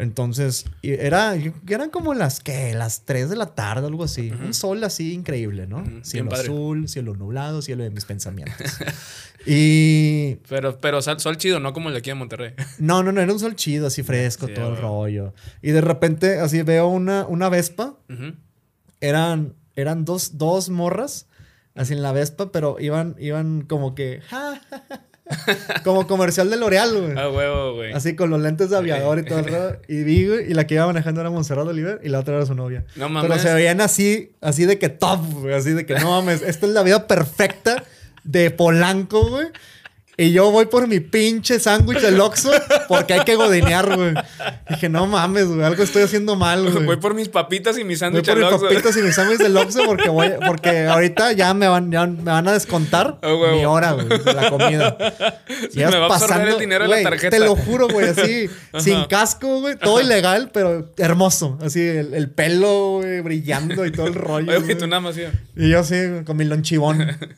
Speaker 3: Entonces, y era, y eran como las que, las 3 de la tarde, algo así. Un sol así increíble, ¿no?
Speaker 4: Ujú, bien
Speaker 3: Cielo
Speaker 4: padre.
Speaker 3: azul, cielo nublado, cielo de mis
Speaker 4: [LAUGHS]
Speaker 3: pensamientos. y
Speaker 4: Pero, pero sal- sol chido, no como el de aquí en Monterrey.
Speaker 3: no, no, no, era un sol chido, así fresco,
Speaker 4: Sí,
Speaker 3: todo el
Speaker 4: güey.
Speaker 3: rollo. Y de repente, así veo una, una Vespa.
Speaker 4: Ujú.
Speaker 3: eran, eran dos, dos morras, así en la Vespa, pero iban, iban como que. ja, ja,
Speaker 4: [LAUGHS]
Speaker 3: ja, como comercial de L'Oreal, güey.
Speaker 4: Ah, huevo, güey.
Speaker 3: Así con los lentes de aviador y todo el
Speaker 4: [LAUGHS]
Speaker 3: rollo. Y vi, güey, y la que iba manejando era Monserrat Oliver y la otra era su novia.
Speaker 4: No
Speaker 3: Pero
Speaker 4: mames.
Speaker 3: se veían así, así de que top, güey. Así de que no mames, esta es la vida perfecta de Polanco, güey. Y yo voy por mi pinche sándwich del Oxxo porque hay que godinear, güey. Dije, no mames, güey, algo estoy haciendo mal, güey.
Speaker 4: [LAUGHS] Voy por mis papitas y mis
Speaker 3: Voy
Speaker 4: sándwiches.
Speaker 3: por mis papitas y mis sándwiches del Oxxo porque,
Speaker 4: [LAUGHS]
Speaker 3: voy, porque ahorita ya me van, ya me van a descontar
Speaker 4: A huevo.
Speaker 3: mi hora, güey, de la
Speaker 4: [LAUGHS]
Speaker 3: comida.
Speaker 4: me va a absorber el dinero de la
Speaker 3: güey,
Speaker 4: tarjeta.
Speaker 3: Te lo juro, güey,
Speaker 4: [LAUGHS]
Speaker 3: así, sin casco, güey, todo ilegal, pero hermoso. Así, el, el pelo, güey, brillando y todo el rollo.
Speaker 4: [LAUGHS] Oye, güey,
Speaker 3: güey.
Speaker 4: tú nada más, sí. [LAUGHS]
Speaker 3: Y yo así, güey, con mi lonchibón. Así.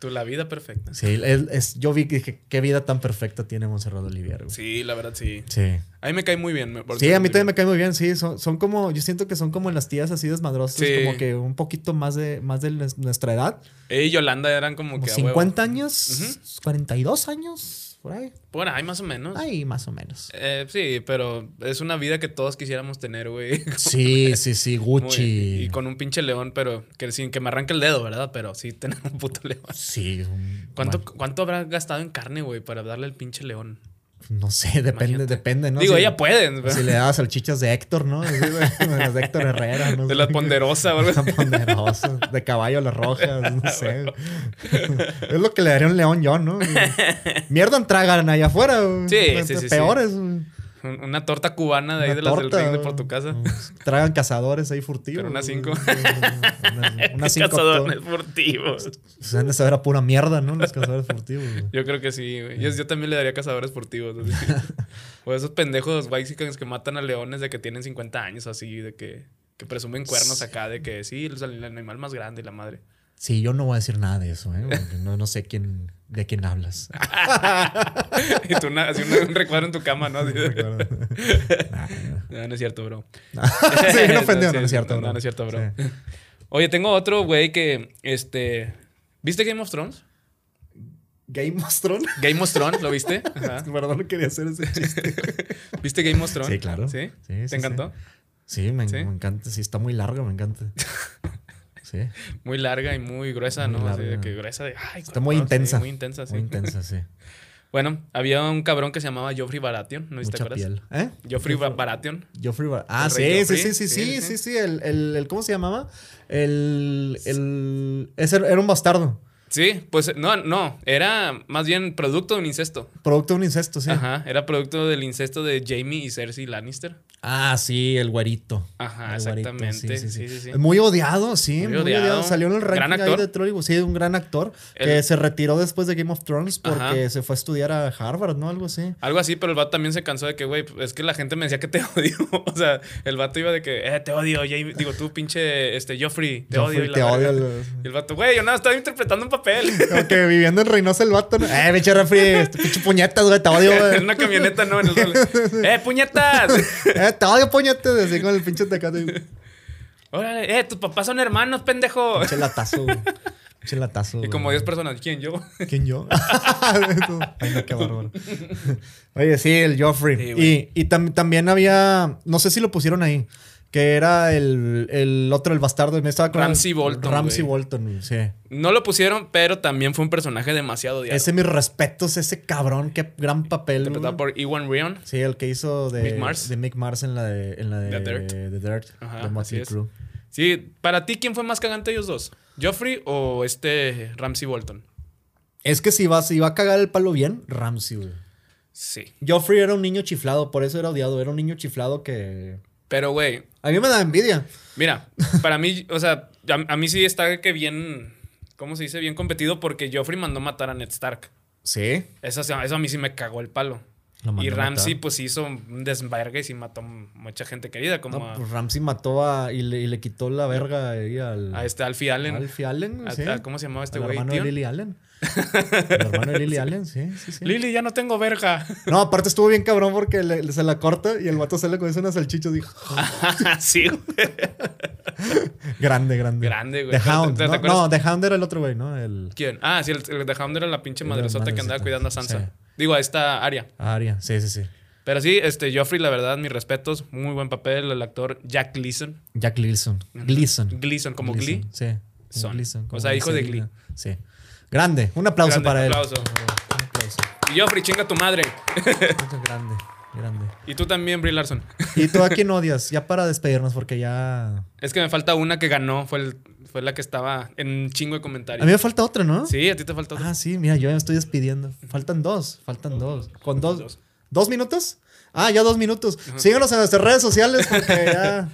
Speaker 4: Tu la vida perfecta.
Speaker 3: Sí, él- es- yo vi que dije, qué vida tan perfecta tiene Monserrat Olivier. güey.
Speaker 4: Sí, la verdad, sí.
Speaker 3: Sí.
Speaker 4: A mí me cae muy bien. me-
Speaker 3: Sí, a mí también
Speaker 4: muy
Speaker 3: me cae muy bien, sí. Son, son como, yo siento que son como las tías así desmadrosas,
Speaker 4: Sí.
Speaker 3: como que un poquito más de, más de les- nuestra edad.
Speaker 4: bien. Ella y Yolanda eran como,
Speaker 3: Como
Speaker 4: que a
Speaker 3: 50 años, 42 años, por ahí.
Speaker 4: huevo. Por ahí más o menos.
Speaker 3: Ahí más o menos.
Speaker 4: Eh, sí, pero es una vida que todos quisiéramos tener, güey. [LAUGHS]
Speaker 3: Sí, sí, sí,
Speaker 4: Muy-
Speaker 3: Gucci.
Speaker 4: y con un pinche león, pero que sin que me arranque el dedo, ¿verdad? Pero sí [LAUGHS] tener un puto león.
Speaker 3: Sí. un-
Speaker 4: ¿Cuánto,
Speaker 3: bueno,
Speaker 4: ¿Cuánto habrá gastado en carne, güey, para darle el pinche león?
Speaker 3: no sé, depende,
Speaker 4: Imagínate.
Speaker 3: depende, ¿no?
Speaker 4: Digo,
Speaker 3: Si-
Speaker 4: ella puede. pero-
Speaker 3: Si le dabas salchichas de Héctor, ¿no? Así De, [LAUGHS] de las de Héctor Herrera, ¿no?
Speaker 4: De la
Speaker 3: [LAUGHS]
Speaker 4: ponderosa, güey. Ah,
Speaker 3: Tan ponderoso, De caballo a las rojas,
Speaker 4: [LAUGHS]
Speaker 3: no sé. Es lo que le daría un león yo, ¿no?
Speaker 4: [LAUGHS]
Speaker 3: Mierda tragan allá afuera. güey.
Speaker 4: Sí,
Speaker 3: Gente
Speaker 4: sí, sí, sí.
Speaker 3: Peores. güey.
Speaker 4: Un- Una torta cubana de ahí
Speaker 3: Una
Speaker 4: de las
Speaker 3: torta,
Speaker 4: del ring de
Speaker 3: güey. pues,
Speaker 4: por tu casa.
Speaker 3: Tragan cazadores ahí furtivos.
Speaker 4: Pero unas
Speaker 3: güey.
Speaker 4: cinco.
Speaker 3: Unas-
Speaker 4: [LAUGHS]
Speaker 3: Unas cinco.
Speaker 4: Cazadores furtivos.
Speaker 3: [LAUGHS] Se han de saber a pura mierda, ¿no? Los cazadores furtivos. güey.
Speaker 4: Yo creo que sí, güey. Yo, yo también le daría cazadores furtivos.
Speaker 3: [LAUGHS]
Speaker 4: así que- o esos pendejos whitexicans que matan a leones de que tienen 50 años o así, de que, que presumen cuernos acá, de que sí, es el animal más grande y la madre. [LAUGHS]
Speaker 3: Sí, yo no voy a decir nada de eso, ¿eh? Porque No, no sé quién, de quién hablas.
Speaker 4: Ah, y tú una- así una- un recuadro en tu cama, ¿no? Así de- [LAUGHS] "Ah,
Speaker 3: Recuerdo. Nah, no.
Speaker 4: no, no es cierto, bro.
Speaker 3: [LAUGHS] sí, no ofendió, no,
Speaker 4: [LAUGHS] Sí,
Speaker 3: no es cierto,
Speaker 4: no,
Speaker 3: bro.
Speaker 4: no es cierto, bro.
Speaker 3: Sí.
Speaker 4: Oye, tengo otro, güey, que este. ¿Viste Game of Thrones?
Speaker 3: Game of Thrones. [LAUGHS]
Speaker 4: Game of Thrones, ¿lo viste? Ajá.
Speaker 3: Perdón, no quería hacer ese chiste.
Speaker 4: ¿Viste Game of Thrones?
Speaker 3: Sí, claro.
Speaker 4: ¿Sí?
Speaker 3: Sí,
Speaker 4: ¿Te
Speaker 3: sí,
Speaker 4: encantó?
Speaker 3: Sí, me,
Speaker 4: ¿Sí?
Speaker 3: me encanta. Sí, está muy largo, me
Speaker 4: [LAUGHS]
Speaker 3: encanta. Sí.
Speaker 4: Muy larga y muy gruesa,
Speaker 3: Muy
Speaker 4: ¿no? Así de
Speaker 3: larga.
Speaker 4: que gruesa de. Ay,
Speaker 3: Está muy
Speaker 4: Oh, sí,
Speaker 3: intensa.
Speaker 4: muy intensa, sí.
Speaker 3: Muy intensa, sí.
Speaker 4: Bueno, había un cabrón que se llamaba Joffrey Baratheon, [LAUGHS] ¿no te
Speaker 3: Mucha
Speaker 4: acuerdas?
Speaker 3: piel. ¿Eh?
Speaker 4: Joffrey Ba- Baratheon.
Speaker 3: Joffrey Bar- Ah,
Speaker 4: El
Speaker 3: sí,
Speaker 4: rey
Speaker 3: sí,
Speaker 4: Joffrey.
Speaker 3: sí, sí,
Speaker 4: Sí, sí,
Speaker 3: sí,
Speaker 4: sí.
Speaker 3: sí, sí. El, el, el- ¿Cómo se llamaba? El. el ese era un bastardo.
Speaker 4: Sí, pues no, no, era más bien producto de un incesto.
Speaker 3: Producto de un incesto, sí.
Speaker 4: Ajá, era producto del incesto de Jamie y Cersei Lannister.
Speaker 3: Ah, sí, el güerito.
Speaker 4: Ajá,
Speaker 3: El güerito,
Speaker 4: exactamente. Sí, sí, sí.
Speaker 3: Muy odiado, sí.
Speaker 4: Muy
Speaker 3: Muy,
Speaker 4: odiado.
Speaker 3: odiado. Salió en el
Speaker 4: Gran
Speaker 3: ranking ahí
Speaker 4: actor.
Speaker 3: de Trollywood. Sí, un gran actor que
Speaker 4: El-
Speaker 3: se retiró después de Game of Thrones porque
Speaker 4: Ajá.
Speaker 3: se fue a estudiar a Harvard, ¿no? Algo
Speaker 4: [LAUGHS]
Speaker 3: así.
Speaker 4: Algo así, pero el vato también se cansó de que, güey, es que la gente me decía que te [LAUGHS] odio. o sea, el vato iba de que, eh, te odio, Jamie. Digo, tú, pinche, este, Joffrey, te
Speaker 3: Yo
Speaker 4: odio.
Speaker 3: fui-
Speaker 4: y la
Speaker 3: te odio.
Speaker 4: verga.
Speaker 3: el-
Speaker 4: Y el vato, güey, yo nada, estaba interpretando un
Speaker 3: [LAUGHS]
Speaker 4: papel.
Speaker 3: Como que viviendo en Reynosa el vato. ¿no? Eh, pinche refri, este pinche puñetas, güey, te
Speaker 4: [LAUGHS]
Speaker 3: odio,
Speaker 4: en
Speaker 3: güey.
Speaker 4: una camioneta, no, en
Speaker 3: [LAUGHS]
Speaker 4: el rol. ¡Eh, puñetas!
Speaker 3: Eh, te odio, puñetas, así con el pinche tecate.
Speaker 4: Órale, eh, tus papás son hermanos, pendejo.
Speaker 3: Pinche latazo, güey. Pinche latazo.
Speaker 4: [LAUGHS] Y
Speaker 3: güey.
Speaker 4: como 10 personas, ¿quién yo?
Speaker 3: ¿Quién yo? [LAUGHS] Ay, no, qué
Speaker 4: [LAUGHS]
Speaker 3: bárbaro. Oye, sí, el Joffrey.
Speaker 4: Sí, güey.
Speaker 3: y y tam- también había, no sé si lo pusieron ahí, que era el, el otro, el bastardo. Me estaba acordando-
Speaker 4: Ramsay Bolton,
Speaker 3: Ramsay
Speaker 4: güey.
Speaker 3: Bolton, güey, sí.
Speaker 4: No lo pusieron, pero también fue un personaje demasiado odiado.
Speaker 3: Ese, mis respetos, ese cabrón, qué gran papel.
Speaker 4: interpretado
Speaker 3: güey.
Speaker 4: por Ewan Rion.
Speaker 3: Sí, el que hizo de
Speaker 4: Mick Mars.
Speaker 3: de Mick Mars en la de, en la de
Speaker 4: The Dirt.
Speaker 3: de Dirt,
Speaker 4: Ajá,
Speaker 3: de Motley
Speaker 4: así es.
Speaker 3: Crue.
Speaker 4: Sí, para ti, ¿quién fue más cagante de ellos dos? ¿Joffrey o este Ramsey Bolton?
Speaker 3: Es que si va, si va a cagar el palo bien, Ramsey, güey.
Speaker 4: Sí.
Speaker 3: Joffrey era un niño chiflado, por eso era odiado. Era un niño chiflado que...
Speaker 4: Pero, güey,
Speaker 3: A mí me da envidia.
Speaker 4: Mira, para mí, o sea, a, a mí sí está que bien, ¿cómo se dice? Bien competido porque Joffrey mandó matar a Ned Stark.
Speaker 3: Sí.
Speaker 4: Eso, sí- eso a mí sí me cagó el palo.
Speaker 3: Lo mandó
Speaker 4: Y
Speaker 3: a matar.
Speaker 4: Ramsey pues hizo un desvergue y sí mató mucha gente querida, como
Speaker 3: No,
Speaker 4: a,
Speaker 3: pues Ramsey mató a, y, le, y le quitó la verga ahí al...
Speaker 4: a este Alfie Allen.
Speaker 3: Alfie Allen,
Speaker 4: A-
Speaker 3: sí.
Speaker 4: a- ¿Cómo se llamaba este
Speaker 3: Al
Speaker 4: güey?
Speaker 3: hermano de
Speaker 4: Tion.
Speaker 3: Lily
Speaker 4: [LAUGHS]
Speaker 3: Allen. El hermano de Lily Allen, sí, sí, sí.
Speaker 4: Lily, ya no tengo verga. [LAUGHS]
Speaker 3: No, aparte estuvo bien cabrón porque le- le- se la corta y el vato sale con eso una salchicha. Dijo,
Speaker 4: Ah, sí, güey.
Speaker 3: grande, grande.
Speaker 4: Grande, güey.
Speaker 3: The
Speaker 4: Pero,
Speaker 3: Hound.
Speaker 4: ¿te- te
Speaker 3: ¿no?
Speaker 4: acuerdas?
Speaker 3: No, The Hound era el otro güey, ¿no? El
Speaker 4: ¿Quién? Ah, sí, el, el de Hound era la pinche
Speaker 3: Era
Speaker 4: madresota que andaba
Speaker 3: madresota,
Speaker 4: cuidando a Sansa.
Speaker 3: sí.
Speaker 4: Digo, a esta área.
Speaker 3: Aria. Sí, sí, sí.
Speaker 4: Pero sí, este Joffrey, la verdad, mis respetos. Muy buen papel, el actor Jack Gleason.
Speaker 3: Jack Gleason. Gleason.
Speaker 4: Gleason, como Glee.
Speaker 3: Gleason, Sí.
Speaker 4: Son.
Speaker 3: Gleason,
Speaker 4: O
Speaker 3: como
Speaker 4: sea, hijo de
Speaker 3: Gleason. Sí. Grande. Un aplauso
Speaker 4: Grande,
Speaker 3: para
Speaker 4: un
Speaker 3: él.
Speaker 4: aplauso.
Speaker 3: Un
Speaker 4: [LAUGHS]
Speaker 3: aplauso.
Speaker 4: Y Joffrey, chinga tu madre.
Speaker 3: Mucho grande, grande.
Speaker 4: Y tú también, Brie Larson.
Speaker 3: ¿Y tú a quién odias? Ya para despedirnos, porque ya.
Speaker 4: Es que me falta una que ganó. Fue, el- fue la que estaba en un chingo de comentarios.
Speaker 3: A mí me falta otra, ¿no?
Speaker 4: Sí, a ti te falta otra.
Speaker 3: Ah, sí, mira, yo ya me estoy despidiendo. Faltan dos, faltan dos. Con dos.
Speaker 4: Dos.
Speaker 3: dos. minutos? Ah, ya dos minutos. Síganos en nuestras redes sociales porque
Speaker 4: [LAUGHS]
Speaker 3: ya.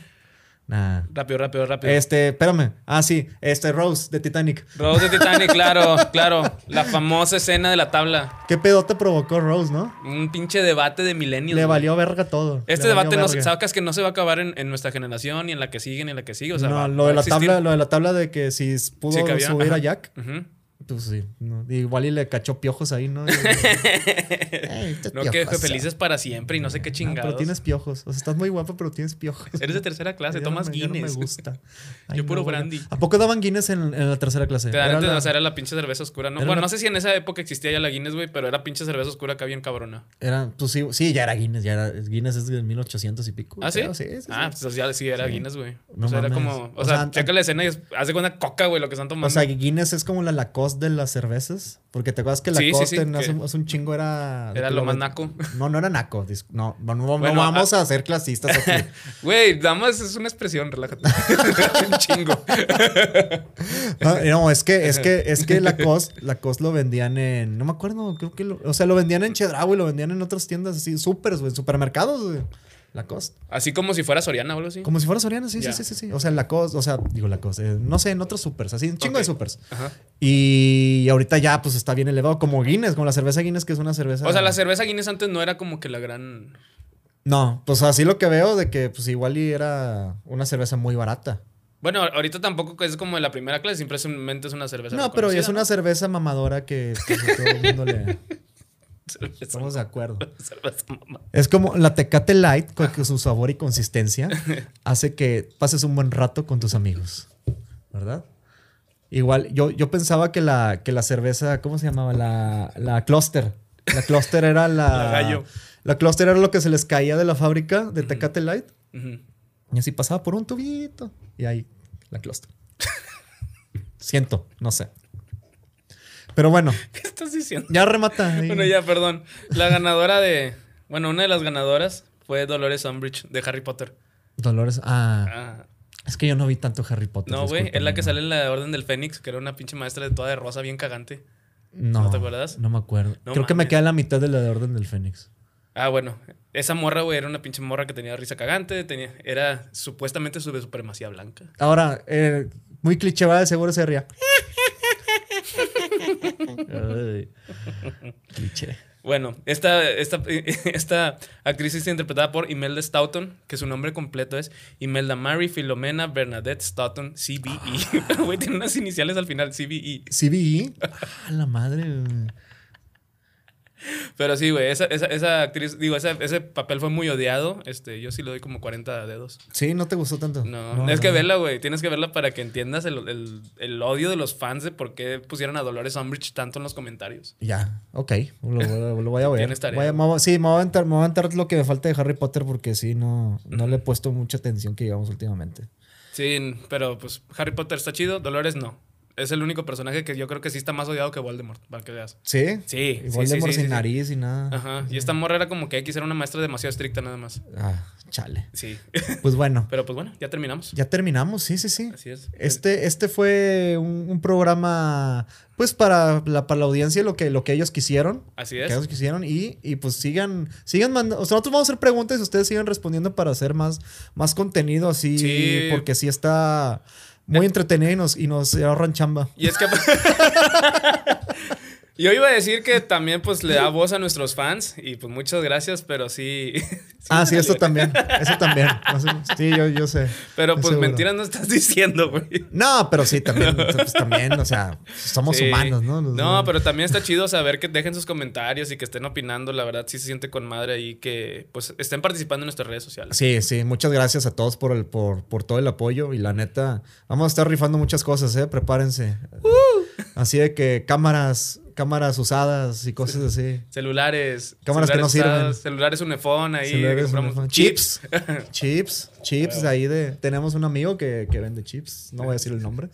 Speaker 3: Nah.
Speaker 4: Rápido, rápido, rápido.
Speaker 3: Este, espérame. Ah, sí. Este, Rose de Titanic.
Speaker 4: Rose de Titanic, claro, claro. La famosa escena de la tabla.
Speaker 3: ¿Qué pedo te provocó Rose, no?
Speaker 4: Un pinche debate de milenios.
Speaker 3: Le
Speaker 4: güey.
Speaker 3: valió verga todo.
Speaker 4: Este
Speaker 3: Le valió
Speaker 4: debate no se,
Speaker 3: verga.
Speaker 4: sacas que no se va a acabar en, en nuestra generación, ni en la que sigue, ni en la que sigue. O sea,
Speaker 3: No,
Speaker 4: va-
Speaker 3: lo de
Speaker 4: va a
Speaker 3: la
Speaker 4: existir.
Speaker 3: tabla, lo de la tabla de que si pudo
Speaker 4: Sí, que había,
Speaker 3: subir
Speaker 4: ajá.
Speaker 3: a Jack,
Speaker 4: Ujú.
Speaker 3: Pues sí. no. Igual y le cachó piojos ahí,
Speaker 4: [LAUGHS]
Speaker 3: ¿no? Y-
Speaker 1: Ey, estos
Speaker 4: No, que
Speaker 1: piojos.
Speaker 4: felices para siempre y no sé qué
Speaker 3: Ah,
Speaker 4: chingados.
Speaker 3: pero tienes piojos. O sea, estás muy guapo, pero tienes piojos.
Speaker 4: Eres de tercera
Speaker 3: [LAUGHS]
Speaker 4: clase,
Speaker 3: Ya no
Speaker 4: tomas
Speaker 3: me- ya no
Speaker 4: Guinness.
Speaker 3: me
Speaker 4: [LAUGHS]
Speaker 3: gusta.
Speaker 4: Yo puro
Speaker 3: bueno.
Speaker 4: brandy.
Speaker 3: ¿A poco daban Guinness en, en la tercera clase?
Speaker 4: Te dan
Speaker 3: Era
Speaker 4: antes de
Speaker 3: la-
Speaker 4: hacer la pinche cerveza oscura, ¿no?
Speaker 3: era
Speaker 4: Bueno,
Speaker 3: la-
Speaker 4: no sé si en esa época existía ya la Guinness, güey, pero era pinche cerveza oscura acá bien cabrona.
Speaker 3: Era, pues sí, sí, ya era Guinness, ya era. Guinness es de 1800 y pico.
Speaker 4: ¿Ah, sí?
Speaker 3: creo, sí, sí,
Speaker 4: Ah,
Speaker 3: sí.
Speaker 4: pues ya sí era Guinness, güey.
Speaker 3: No
Speaker 4: o sea, era
Speaker 3: mames.
Speaker 4: como. O,
Speaker 3: O
Speaker 4: sea,
Speaker 3: sea,
Speaker 4: checa la escena y es- haz de cuenta coca, güey, lo que están tomando.
Speaker 3: O sea, Guinness es como la Lacoste de las cervezas. Porque te acuerdas que
Speaker 4: Sí, sí,
Speaker 3: Lacoste
Speaker 4: sí,
Speaker 3: en hace,
Speaker 4: que-
Speaker 3: hace un chingo era.
Speaker 4: era lo más naco.
Speaker 3: No, no era naco. dis- No, no, no- no
Speaker 4: Bueno, ah,
Speaker 3: vamos a ser clasistas aquí.
Speaker 4: Güey, nada más es una expresión, relájate. [LAUGHS] Un chingo. [LAUGHS]
Speaker 3: Ah, No, es que, es que, es que Lacoste, Lacoste lo vendían en. No me acuerdo, creo que lo. O sea, lo vendían en Chedraui, lo vendían en otras tiendas así, supers, güey, supermercados, güey. Lacoste.
Speaker 4: Así como si fuera Soriana o algo así.
Speaker 3: Como si fuera Soriana, sí,
Speaker 4: Ya.
Speaker 3: sí, sí, sí, sí. O sea, Lacoste, o sea, digo Lacoste, eh, no sé, en otros supers, así, un chingo
Speaker 4: Ok.
Speaker 3: de supers.
Speaker 4: Ajá.
Speaker 3: Y ahorita ya, pues está bien elevado, como Guinness, como la cerveza Guinness, que es una cerveza.
Speaker 4: O sea, la cerveza Guinness antes no era como que la gran.
Speaker 3: No, pues así lo que veo de que, pues igual y era una cerveza muy barata.
Speaker 4: Bueno, ahorita tampoco es como de la primera clase, simplemente es una cerveza.
Speaker 3: No, pero es
Speaker 4: reconocida,
Speaker 3: una
Speaker 4: ¿no?
Speaker 3: cerveza mamadora que pues, a todo el mundo
Speaker 4: [LAUGHS]
Speaker 3: le.
Speaker 4: cerveza.
Speaker 3: Estamos de acuerdo.
Speaker 4: [LAUGHS] cerveza, mamá.
Speaker 3: Es como la Tecate Light, con que su sabor y consistencia hace que pases un buen rato con tus amigos, ¿verdad? Igual, yo, yo pensaba que la, que la cerveza, ¿cómo se llamaba? La, la Cluster. La Cluster era la...
Speaker 4: [LAUGHS] La gallo.
Speaker 3: La Cluster era lo que se les caía de la fábrica de Tecate Light
Speaker 4: Ujú. [LAUGHS]
Speaker 3: y así pasaba por un tubito y ahí la Cluster. [LAUGHS] Siento, no sé. Pero bueno,
Speaker 4: ¿Qué estás diciendo?
Speaker 3: ya remata. ahí.
Speaker 4: Bueno, ya, perdón. La ganadora de. Bueno, una de las ganadoras fue Dolores Umbridge de Harry Potter.
Speaker 3: Dolores, ah,
Speaker 4: Ah,
Speaker 3: Es que yo no vi tanto Harry Potter.
Speaker 4: no, güey. Es la
Speaker 3: discúlpame,
Speaker 4: que
Speaker 3: no.
Speaker 4: sale en la Orden del Fénix, que era una pinche maestra de toda de rosa bien cagante.
Speaker 3: No,
Speaker 4: ¿No te acuerdas?
Speaker 3: No me acuerdo.
Speaker 4: No
Speaker 3: Creo que me
Speaker 4: mames.
Speaker 3: queda la mitad de la de Orden del Fénix.
Speaker 4: Ah, bueno. Esa morra, güey, era una pinche morra que tenía risa cagante. Tenía, era supuestamente su supremacía blanca.
Speaker 3: Ahora, eh, muy cliché, va de seguro se ría. Ay, cliché.
Speaker 4: Bueno, esta, esta, [LAUGHS] esta actriz está interpretada por Imelda Staunton, que su nombre completo es Imelda Mary Filomena Bernadette Staunton, CBE. Pero, [LAUGHS] güey, tiene unas iniciales al final, E. CBE.
Speaker 3: CBE. Ah, la madre. güey.
Speaker 4: Pero sí, güey, esa, esa, esa actriz, digo, esa- ese papel fue muy odiado. Este, yo sí le doy como 40 dedos.
Speaker 3: Sí, no te gustó tanto.
Speaker 4: No, es que verla, güey. Tienes que verla para que entiendas el, el- el odio de los fans de por qué pusieron a Dolores Umbridge tanto en los comentarios.
Speaker 3: Ya, ok. Lo, voy a- lo voy
Speaker 4: [LAUGHS]
Speaker 3: a ver.
Speaker 4: Tienes tarea.
Speaker 3: Voy a- me voy- sí, me voy, a aventar, me voy a aventar lo que me falta de Harry Potter porque sí, no, no le he puesto mucha atención que llevamos últimamente.
Speaker 4: Sí, pero pues Harry Potter está chido, Dolores no. Es el único personaje que yo creo que sí está más odiado que Voldemort, para que veas.
Speaker 3: ¿Sí?
Speaker 4: Sí,
Speaker 3: Y
Speaker 4: sí,
Speaker 3: Voldemort
Speaker 4: sí, sí,
Speaker 3: sin
Speaker 4: sí.
Speaker 3: nariz y nada.
Speaker 4: Ajá. Y esta morra era como que X era una maestra demasiado estricta nada más.
Speaker 3: Ah, chale.
Speaker 4: Sí. [LAUGHS]
Speaker 3: Pues bueno,
Speaker 4: Pero pues bueno, ya terminamos.
Speaker 3: ya terminamos, sí, sí, sí.
Speaker 4: Así es.
Speaker 3: Este, este fue un, un programa, pues, para la, para la audiencia, lo que, lo que ellos quisieron.
Speaker 4: Así
Speaker 3: Que
Speaker 4: es.
Speaker 3: ellos quisieron. Y, y, pues sigan, sigan mandando. O sea, nosotros vamos a hacer preguntas y ustedes sigan respondiendo para hacer más, más contenido así.
Speaker 4: Sí. Eh.
Speaker 3: Porque sí está muy entretenido y nos, y nos ahorran chamba.
Speaker 4: Y es que. pues, [LAUGHS] Yo iba a decir que también pues le da voz a nuestros fans y pues muchas gracias, pero sí. [LAUGHS]
Speaker 3: ah, sí,
Speaker 4: dale.
Speaker 3: eso también. Eso también. No sé, Sí, yo, yo sé.
Speaker 4: Pero
Speaker 3: Estoy
Speaker 4: pues
Speaker 3: seguro.
Speaker 4: mentiras no estás [LAUGHS] diciendo, güey.
Speaker 3: No, pero sí, también. pues, también, o sea, somos
Speaker 4: Sí.
Speaker 3: humanos, ¿no?
Speaker 4: No, pero también está chido saber que dejen sus comentarios y que estén opinando. La verdad sí se siente con madre ahí que pues estén participando en nuestras redes sociales.
Speaker 3: Sí, sí, muchas gracias a todos por, el, por, por todo el apoyo y la neta, vamos a estar rifando muchas cosas, ¿eh? Prepárense.
Speaker 4: Uh.
Speaker 3: Así de que cámaras, cámaras usadas y cosas así.
Speaker 4: Celulares.
Speaker 3: Cámaras que
Speaker 4: celulares
Speaker 3: no sirven.
Speaker 4: usadas, Celulares unefón ahí.
Speaker 3: Celulares,
Speaker 4: compramos
Speaker 3: teléfono.
Speaker 4: Chips.
Speaker 3: chips, chips, chips de ahí de... Tenemos un amigo que, que vende chips, no voy a decir el nombre.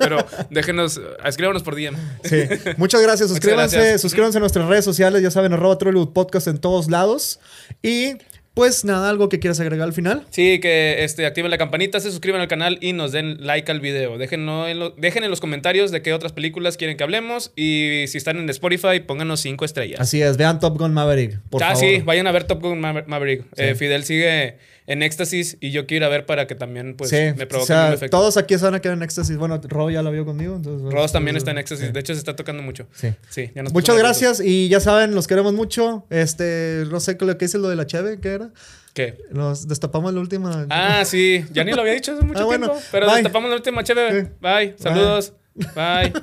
Speaker 4: Pero déjenos, escríbanos por DM.
Speaker 3: Sí, muchas
Speaker 4: [LAUGHS]
Speaker 3: gracias, suscríbanse,
Speaker 4: gracias.
Speaker 3: suscríbanse a nuestras redes sociales, ya saben, arroba Trollywood Podcast en todos lados. Y pues nada, algo que quieras agregar al final.
Speaker 4: Sí, que este, activen la campanita, se suscriban al canal y nos den like al video. Déjenlo en lo- dejen en los comentarios de qué otras películas quieren que hablemos. Y si están en Spotify, pónganos cinco estrellas.
Speaker 3: Así es, vean Top Gun Maverick, por
Speaker 4: ah,
Speaker 3: favor.
Speaker 4: sí, vayan a ver Top Gun Maver- Maverick. Eh, Fidel sigue en éxtasis y yo quiero ir a ver para que también pues,
Speaker 3: sí,
Speaker 4: me
Speaker 3: o
Speaker 4: provoque
Speaker 3: sea,
Speaker 4: un efecto.
Speaker 3: todos aquí se van a quedar en éxtasis. Bueno, Rob ya la vio conmigo. Entonces, bueno,
Speaker 4: Ross también
Speaker 3: entonces,
Speaker 4: está en éxtasis.
Speaker 3: sí.
Speaker 4: De hecho, se está tocando mucho.
Speaker 3: Sí.
Speaker 4: Sí, ya nos
Speaker 3: Muchas
Speaker 4: pusimos
Speaker 3: gracias y ya saben, los queremos mucho. Este, no sé qué lo que dice lo de la cheve, ¿qué era?
Speaker 4: juntos. ¿Qué?
Speaker 3: Nos destapamos la última.
Speaker 4: Ah, sí. Ya ni lo había dicho hace mucho
Speaker 3: Ah,
Speaker 4: tiempo.
Speaker 3: bueno.
Speaker 4: Pero
Speaker 3: Bye.
Speaker 4: destapamos la última chévere.
Speaker 3: Sí. [LAUGHS]
Speaker 4: Bye. Saludos. Bye.